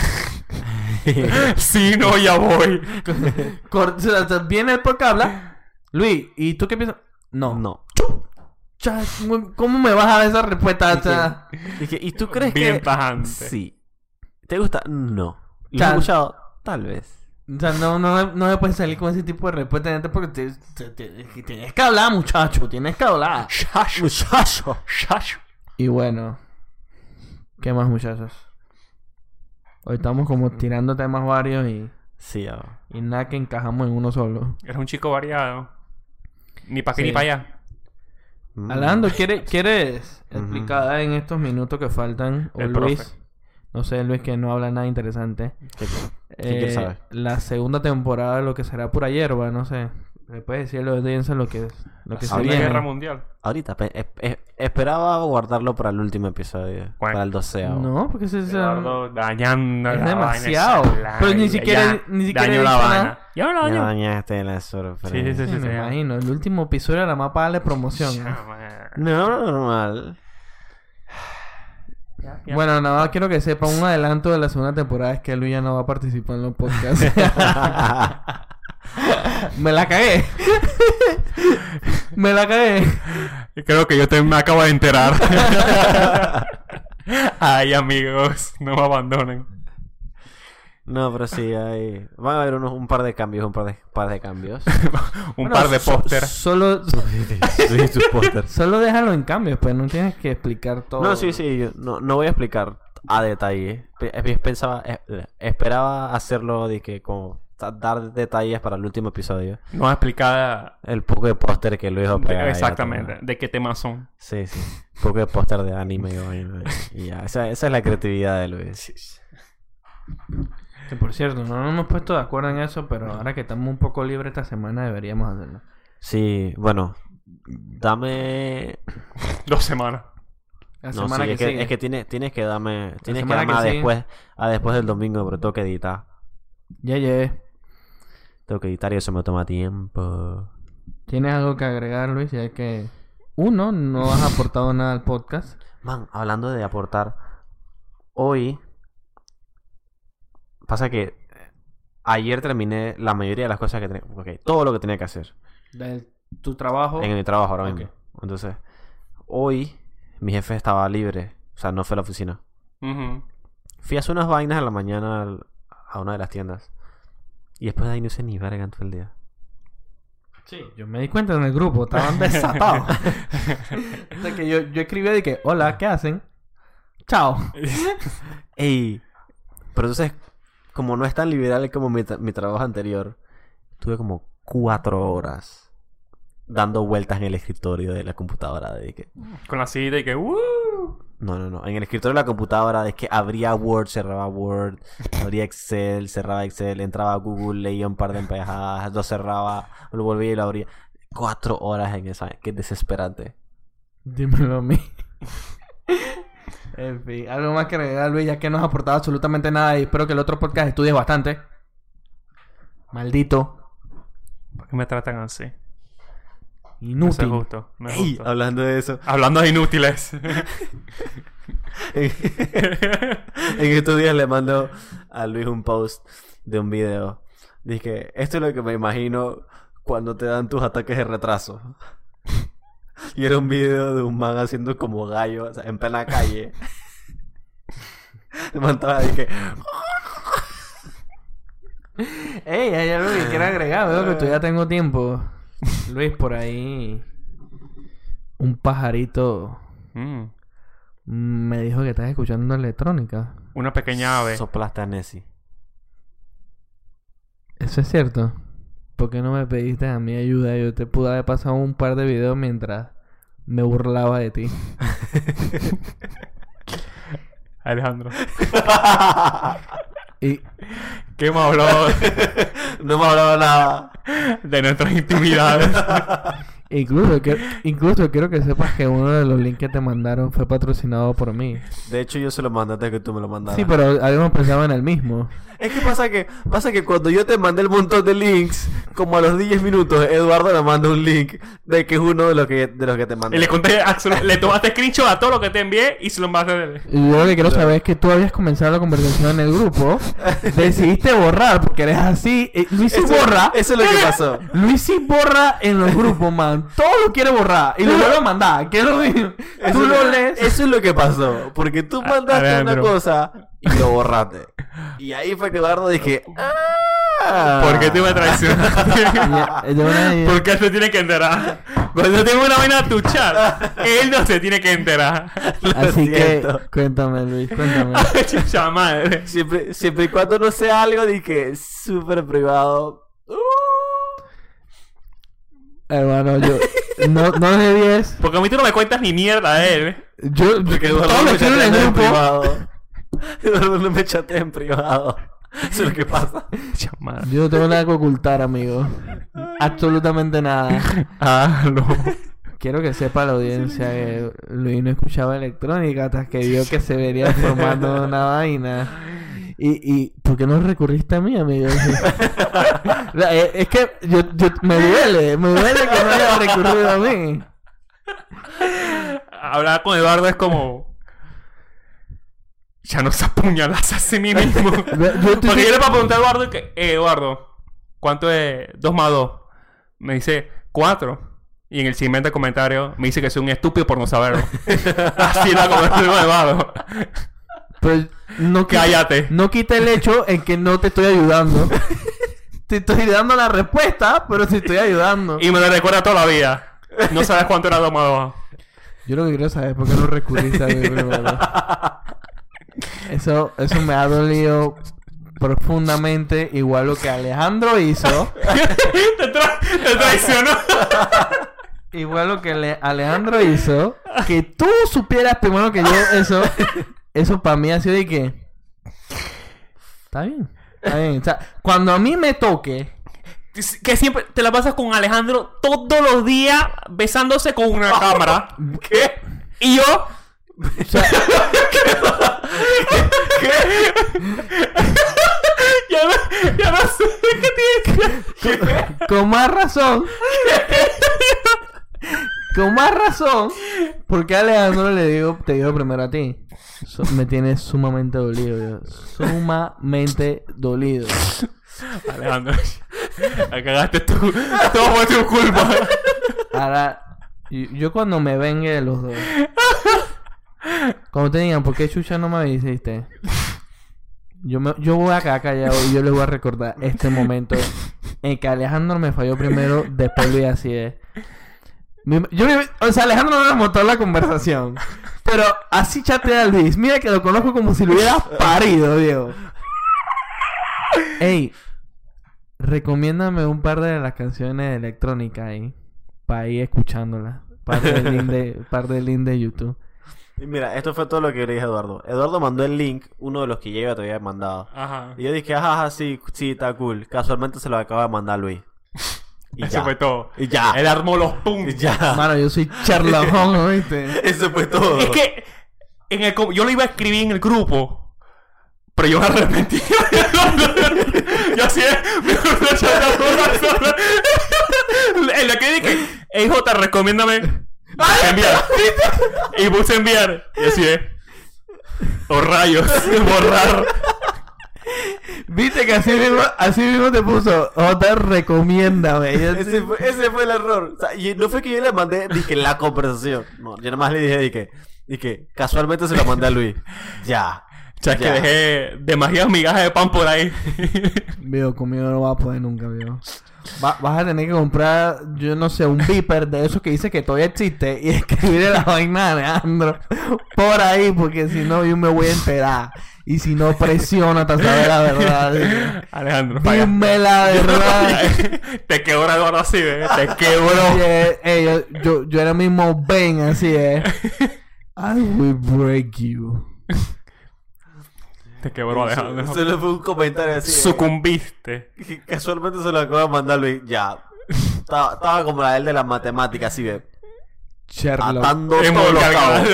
sí, no, ya voy.
Cor- o sea, Viene el podcast a hablar. Luis, ¿y tú qué piensas? No.
No.
Cha, ¿cómo- ¿Cómo me vas a dar esa respuesta? Cha?
Dije, ¿y tú crees
Bien
que...?
tajante.
Sí. ¿Te gusta? No. ¿Lo
Tal-
has escuchado? Tal vez.
O sea, no, no, no me puedes salir con ese tipo de respuesta gente, porque te- te- te- tienes que hablar, muchacho, tienes que hablar.
Shashu,
¡Muchacho!
shashu.
Y bueno, ¿qué más, muchachos? Hoy estamos como tirando temas varios y,
Sí, ya.
y nada que encajamos en uno solo.
Eres un chico variado. Ni para aquí
Sí.
ni para allá.
Mm.
Alejandro, ¿quiere- ¿quieres explicar en estos minutos que faltan? O
El
Luis,
profe.
no sé, Luis, que no habla nada interesante.
¿Qué- ¿Qué quieres
Eh,
saber?
La segunda temporada de lo que será pura hierba, no sé. Le puedes decir a la audiencia lo que, lo que se
Segunda
Segunda
viene.
guerra mundial.
Ahorita, pe- es- es- esperaba guardarlo para el último episodio.
Bueno.
Para el doceavo.
No, porque se, se-
Eduardo dañando
es
la vaina,
demasiado.
esa vaina,
Pero ni
ya
siquiera- ni siquiera
dañó
he
la
dicho
vaina.
nada.
Ya no la
Ya
dañó.
dañaste la sorpresa.
Sí, sí,
Sí,
sí,
me
sí.
imagino. El último episodio era más para darle promoción. ¿no?
Chama.
No, [LAUGHS] normal.
Ya, ya.
Bueno, nada más quiero que sepa un adelanto de la segunda temporada es que Luis ya no va a participar en los podcasts. [LAUGHS] Me la cagué. [LAUGHS] Me la cagué.
Creo que yo te- me acabo de
[LAUGHS]
enterar. Ay, amigos, no me abandonen.
No, pero sí, hay... van a haber unos, un par de cambios, un par de, par de cambios.
Un
Bueno,
par de
so-
pósteres.
Solo,
[LAUGHS] Sí, [LAUGHS] sus pósters.
solo déjalo en cambio, pues no tienes que explicar todo.
No, sí, sí, yo no, no voy a explicar a detalle. Pe- eh, Pensaba, eh, esperaba hacerlo de que como ta- dar detalles para el último episodio.
No has explicado
El poco de póster que Luis va a pegar ahí a la
exactamente
cámara.
de qué temas son. [LAUGHS]
Sí, sí. Poco de póster de anime y vaina. Y ya, esa, esa es la creatividad de Luis.
Que, por cierto, no nos hemos puesto de acuerdo en eso, pero ahora que estamos un poco libres esta semana deberíamos hacerlo.
Sí, bueno, dame
Dos semanas.
La
No,
semana
sí,
que,
es, que,
sigue.
es que tienes, tienes que darme, tienes que
semana
darme
que
a
sigue.
después, a después del domingo, pero tengo que editar.
Ya llegué.
Tengo que editar y eso me toma tiempo.
¿Tienes algo que agregar, Luis? Ya que, uno, no has aportado nada al podcast.
Man, hablando de aportar, hoy pasa que eh, ayer terminé la mayoría de las cosas que tenía, ok, todo lo que tenía que hacer
De tu trabajo.
en mi trabajo ahora
Oh. Ok.
mismo. Entonces, hoy mi jefe estaba libre, o sea, no fue a la oficina.
Ujú.
Fui a hacer unas vainas a la mañana al- a una de las tiendas y después de ahí no hice ni verga en todo el día.
Sí, yo me di cuenta en el grupo,
[LAUGHS]
estaban desatados. [LAUGHS] o sea, que yo, yo escribí de que, hola, ¿qué hacen? Chao.
Ey, pero entonces, como no es tan liberal como mi, tra- mi trabajo anterior, tuve como cuatro horas dando vueltas en el escritorio de la computadora. De que,
Con la silla y que ¡uh!
no, no, no. En el escritorio de la computadora de que abría Word, cerraba Word, abría Excel, cerraba Excel, entraba a Google, leía un par de empejadas, lo cerraba, lo volvía y lo abría. Cuatro horas en esa. Qué desesperante.
Dímelo a mí. en fin, algo más que agregar, Luis, ya que no has aportado absolutamente nada y espero que el otro podcast estudies bastante. Maldito.
¿Por qué me tratan así? No es
Inútil.
justo. No es
Ey,
justo.
hablando de eso,
Hablando de inútiles.
[LAUGHS] En estos días le mando a Luis un post de un video. Dije, esto es lo que me imagino cuando te dan tus ataques de retraso. [LAUGHS] Y era un video de un man haciendo como gallo, o sea, en plena calle. [LAUGHS] El man estaba, dije,
Ey, hay algo que quiero agregar, veo que tú ya tengo tiempo. Luis, por ahí. Un pajarito
Mm.
me dijo que estás escuchando electrónica.
Una pequeña ave.
soplaste a Nessie. [LAUGHS]
Eso es cierto. ¿Por qué no me pediste a mi ayuda? Yo te pude haber pasado un par de videos mientras me burlaba de ti.
Alejandro.
Y
¿Qué hemos hablado
no me hablaba nada.
[LAUGHS] de nuestras intimidades?
[LAUGHS]
incluso, que- incluso quiero que sepas que uno de los links que te mandaron fue patrocinado por mí.
De hecho, yo se lo mandé antes que tú me lo mandaras.
Sí, pero habíamos pensado en el mismo.
Es que pasa que pasa que cuando yo te mandé el montón de links, como a los 10 minutos, Eduardo me manda un link de que es uno de los que de los que te
Y
mandé.
le conté, absolu- le tomaste screenshot a todo lo que te envié y se lo mandaste a él.
Y yo lo que quiero saber es que tú habías comenzado la conversación en el
[LAUGHS]
grupo, decidiste borrar porque eres así. Eh, Luis sí
Eso-
borra.
eso es lo que pasó.
Luis sí borra en los grupos, man. Todo lo quiere borrar y lo vuelve a mandar. ¿Qué es lo mismo?
Eso
Tú
es
lo
lo-
lees.
Eso es lo que pasó, porque tú mandaste una
Alejandro.
cosa y lo borraste. Y ahí fue que Eduardo dije, "Ah".
¿Por qué te me traicionaste?
[LAUGHS] Ya, de
[LAUGHS]
una-
¿Por qué se tiene que enterar? Cuando yo tengo una vaina a tu chat, él no se tiene que enterar.
Lo
Así
siento.
que cuéntame, Luis,
[LAUGHS]
cuéntame.
Ay, Chucha madre.
siempre siempre y cuando no sea algo dije, súper privado.
Hermano, yo no, no de 10.
Porque a mí tú no me cuentas ni mierda a él. ¿eh?
[LAUGHS] Yo,
Porque
yo
Eduardo
todo lo
no me
quiero
chatea
en el
en
grupo.
privado. Eduardo no me chatea en privado. [LAUGHS] Eso es lo que pasa.
Chucha madre.
Yo no tengo nada que ocultar, amigo. Absolutamente nada.
[LAUGHS] Ah, no.
Quiero que sepa la audiencia que Luis no escuchaba electrónica hasta que vio que se vería formando una vaina. Y, y, ¿por qué no recurriste a mí, amigo? O sea, es es que yo, yo- me duele, me duele que no haya recurrido a mí.
Hablar con Eduardo es como. Ya no se apuñalas a sí mismo.
[LAUGHS] Yo estoy-
Porque yo le voy a preguntar a Eduardo que. "Eh, Eduardo, ¿cuánto es 2 más 2? Me dice 4. Y en el siguiente comentario me dice que soy un estúpido por no
[LAUGHS]
saberlo. Así la conversación de mano.
Pero Pues, no quita,
Cállate.
No quita el hecho en que no te estoy ayudando. te estoy dando la respuesta, pero te estoy ayudando.
Y me lo recuerda toda la vida. No sabes cuánto era 2 más
[LAUGHS]
2.
Yo lo que quiero saber es por qué no recurriste a [LAUGHS] mí primero. Eso, eso me ha dolido profundamente, igual lo que Alejandro hizo.
[LAUGHS] te, tra- te traicionó.
[LAUGHS] Igual lo que le- Alejandro hizo, que tú supieras primero que yo eso, eso para mí ha sido de que... Está bien, está bien. O sea, cuando a mí me toque,
que siempre te la pasas con Alejandro todos los días besándose con
[LAUGHS]
una cámara. ¿Qué? Y yo.
o sea,
[LAUGHS] Ya no, ya no sé qué tiene
con más razón, con más razón, porque a Alejandro le digo, te digo primero a ti. So- me tienes sumamente dolido, yo, sumamente dolido.
que. Alejandro, la cagaste tú. Todo fue tu [LAUGHS] culpa.
Ahora, y- yo cuando me vengue de los dos. Cuando te digan, ¿por qué chucha no me avisaste? Yo, me, yo voy a quedar callado y yo les voy a recordar este momento en que Alejandro me falló primero, después Luis así es. Mi- Yo, me- o sea, Alejandro no remontó la conversación. Pero así chatea a Luis. Mira que lo conozco como si lo hubiera parido, Diego. Ey, recomiéndame un par de las canciones de electrónica ahí. Para ir escuchándolas. Par de [LAUGHS] link de, par de, link de YouTube.
Y mira, esto fue todo lo que le dije a Eduardo. Eduardo mandó el link, uno de los que ya te había mandado.
Ajá.
Y yo dije, ajá, ajá, sí, sí, está cool. Casualmente se lo acaba de mandar Luis. Y
Eso
ya.
fue todo.
Y ya.
Él armó los puntos.
Y ya.
Mano, yo soy [LAUGHS] charlajón, ¿oíste?
Eso fue todo.
Es que en el com- yo lo iba a escribir en el grupo, pero yo me arrepentí. [LAUGHS] yo así es, mejor no echar la bola sola. En la que dije, "Ey, J, recomiéndame enviar. y puse enviar. Y así es. O rayos, [LAUGHS] borrar.
Viste que así mismo, así mismo te puso. Otra, [LAUGHS] recomiéndame. Yo-
Ese fue, ese fue el error. O sea, y no fue que yo le mandé, dije, la conversación. No, yo nada más le dije, dije, dije, casualmente se lo mandé a Luis. Ya.
O sea, que
Ya.
dejé demasiadas migajas de pan por ahí.
Vio, conmigo no vas a poder nunca, vio. Va- vas a tener que comprar, yo no sé, un beeper de esos que dice que todavía existe y [LAUGHS] escribirle la vaina a Alejandro por ahí, porque si no, yo me voy a enterar. Y si no, presiona hasta saber la [LAUGHS] verdad.
Alejandro, paga.
Dime la verdad.
[LAUGHS] Te quebró Eduardo así, ¿eh? Te quebró.
Sí, eh, eh, yo, yo, yo era mismo Ben, así es. I will break you.
Te quebró Alejandro.
Solo fue un comentario así.
Sucumbiste.
Que Casualmente se lo acabo de mandar Luis. Ya. Estaba, estaba como la del de las matemáticas, así de
Sherlock.
atando
Hemos
todos los
cargado.
cabos.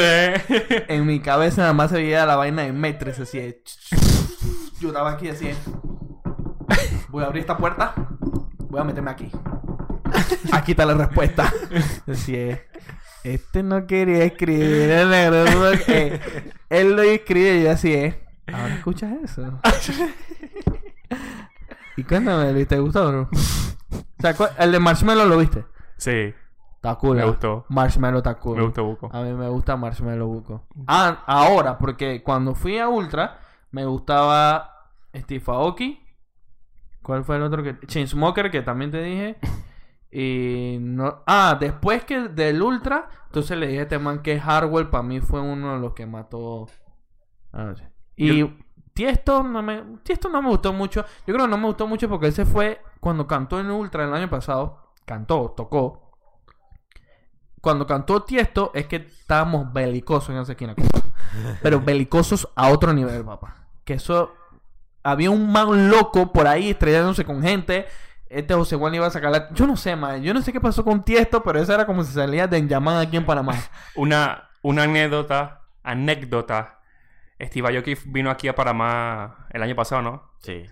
En mi cabeza nada más se veía la vaina de metres, así es. Yo estaba aquí, así es. Voy a abrir esta puerta. Voy a meterme aquí. Aquí está la respuesta. Así es. Este no quería escribir el negro. eh, él lo escribe y yo así es. Ahora escuchas eso. [LAUGHS] Y cuéntame, Luis, ¿te gustó, bro? O sea, cu- el de Marshmallow lo viste.
Sí,
Está cool.
Me
¿eh?
gustó.
Marshmallow está cool.
me gustó Mm. Buco.
A mí me gusta Marshmallow Buco. Ah, ahora, porque cuando fui a Ultra, me gustaba Steve Aoki. ¿Cuál fue el otro que...? Chainsmoker, que también te
[LAUGHS]
dije. Y no... Ah, después que del Ultra, entonces le dije a este man que Hardwell para mí fue uno de los que mató... Ah, sí. Y
Yo-
Tiesto, no me... Tiesto no me gustó mucho. Yo creo que no me gustó mucho porque él se fue cuando cantó en Ultra el año pasado. Cantó, tocó cuando cantó Tiesto es que estábamos belicosos en esa esquina, compa. Pero belicosos a otro nivel, papá. Que eso... Había un man loco por ahí estrellándose con gente. Este José Juan iba a sacar la... Yo no sé, man. Yo no sé qué pasó con Tiesto, pero eso era como si salía de Enyaman aquí en Panamá.
Una, una anécdota, anécdota. Steve Aoki vino aquí a Panamá el año pasado, ¿no?
Sí.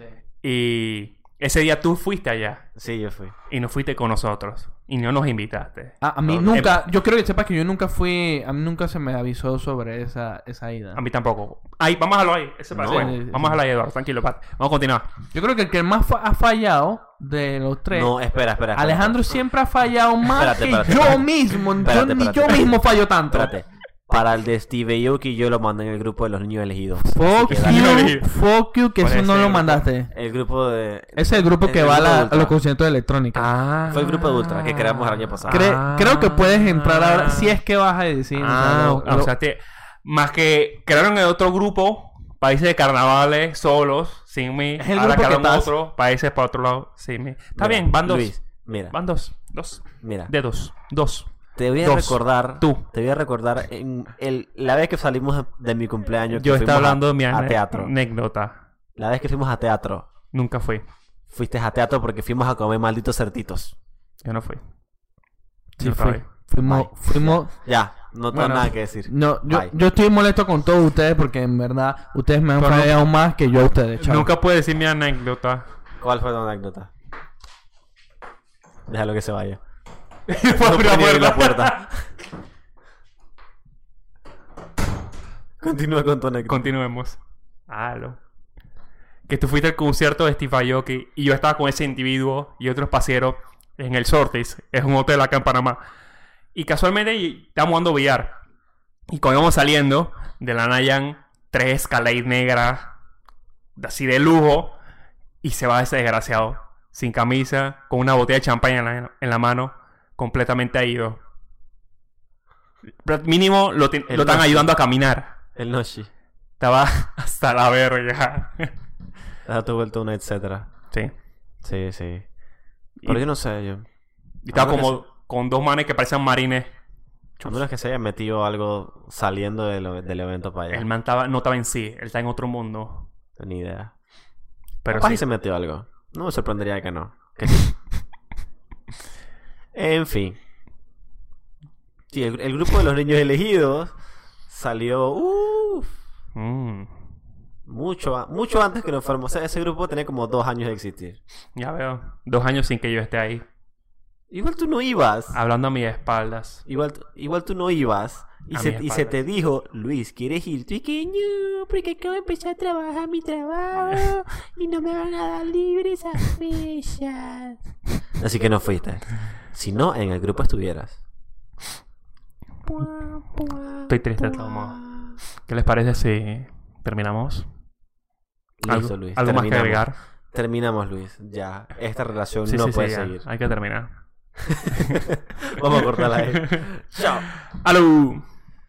Y ese día tú fuiste allá
Sí, yo fui.
y no fuiste con nosotros y no nos invitaste.
A, a mí
No, no.
nunca...
em-
Yo creo que sepas que yo nunca fui... A mí nunca se me avisó sobre esa, esa ida.
A mí tampoco. Ahí, vamos a dejarlo ahí. Ese para
No.
después. Vamos a dejarlo ahí, Eduardo. Tranquilo, Pat. Vamos a continuar.
Yo creo que el que más fa- ha fallado de los tres.
No, espera, espera. espera.
Alejandro siempre ha fallado más
Espérate,
que
espérate,
yo
espérate.
mismo. Yo-
Espérate,
ni
espérate.
yo mismo fallo tanto.
Espérate. Para el de Steve Aoki yo lo mandé en el grupo de los niños elegidos.
Fuck
Así que
[LAUGHS]
dale.
you, fuck you, que
Por
eso
ese
no lo
grupo.
mandaste.
El grupo de...
Es el grupo que
El
va a,
grupo
la-
de
a
Ultra.
los conciertos de electrónica.
Ah.
Fue el grupo de Ultra que creamos el año pasado.
Cre-
Ah.
Creo que puedes entrar ahora si es que vas a decir. o sea,
Ah,
lo-
o- o
lo-
sea, te- más que crearon el otro grupo, países de carnavales, solos, sin mí.
Es el
Ahora
grupo que
crearon
estás.
otro, países para otro lado, sin mí. Está
Mira,
bien, van dos.
Luis, mira,
Van dos. Dos.
mira.
De dos. Dos.
Te voy a
Dos.
recordar.
Tú.
Te voy a recordar en el- la vez que salimos de mi cumpleaños. que
Yo estaba
fuimos a-
hablando de mi
a
ane-
teatro.
anécdota.
La vez que fuimos a teatro.
Nunca fui.
Fuiste a teatro porque fuimos a comer malditos certitos.
Yo no fui.
sí,
Yo
fui-
estaba
fuimos,
Bye.
fuimos.
Ya, no tengo
Bueno.
nada que decir.
No, yo,
Bye.
yo estoy molesto con todos ustedes porque en verdad ustedes me han
Pero no-
fallado más que yo a ustedes.
ahí.
chao.
Nunca pude decir mi anécdota.
¿Cuál fue tu anécdota? Déjalo que se vaya.
Fue
No
abrir la
puede abrir la
[LAUGHS] puerta.
puerta. Continúa con tu anécdota.
Continuemos. Halo. Que tú fuiste al concierto de Steve Aoki y yo estaba con ese individuo y otros paseros en el Sortis. Es un hotel acá en Panamá. Y casualmente y- estábamos jugando billar. Y cuando íbamos saliendo, de la Nayan, tres Escalade negras, así de lujo, y se va ese desgraciado, sin camisa, con una botella de champaña en la, en la mano, completamente ido. Pero mínimo lo, ti-
El
lo están
Nazi.
ayudando a caminar.
El Noshi.
Estaba [LAUGHS] hasta la verga.
Deja tu vuelta una etcétera.
Sí.
Sí, sí.
Y,
Pero yo no sé, yo.
y estaba
a menos
como con dos manes que parecían marines.
Eh. A menos que se haya metido algo saliendo de lo- del evento para allá.
El man estaba, no estaba en sí, él está en otro mundo.
Ni idea.
Pero
Capaz
sí.
y se metió algo. No me sorprendería que no. Que
[LAUGHS]
sí. en fin. Sí, el, el grupo de los niños elegidos salió uf,
Mm,
mucho, a- mucho antes que nos formamos. O sea, ese grupo tenía como dos años de existir.
ya veo. Dos años sin que yo esté ahí.
Igual tú no ibas.
Hablando a mis espaldas.
Igual, t- igual tú no ibas. Y
A
se,
mis
y se
espaldas.
te dijo, Luis, ¿quieres ir? Tú y que no, porque acabo de empezar a trabajar mi [LAUGHS] trabajo y no me van a dar libre esas fechas. Así que no fuiste. Si no, en el grupo estuvieras.
Estoy triste, Tomo. ¿Qué les parece si terminamos?
Listo,
¿Algo,
Luis.
algo más que
terminamos.
agregar?
Terminamos, Luis. Ya. Esta relación
Sí,
no
sí, sí,
puede
ya.
seguir.
Hay que terminar.
[LAUGHS]
[LAUGHS]
Vamos a cortarla ahí. Chao.
¡Aló!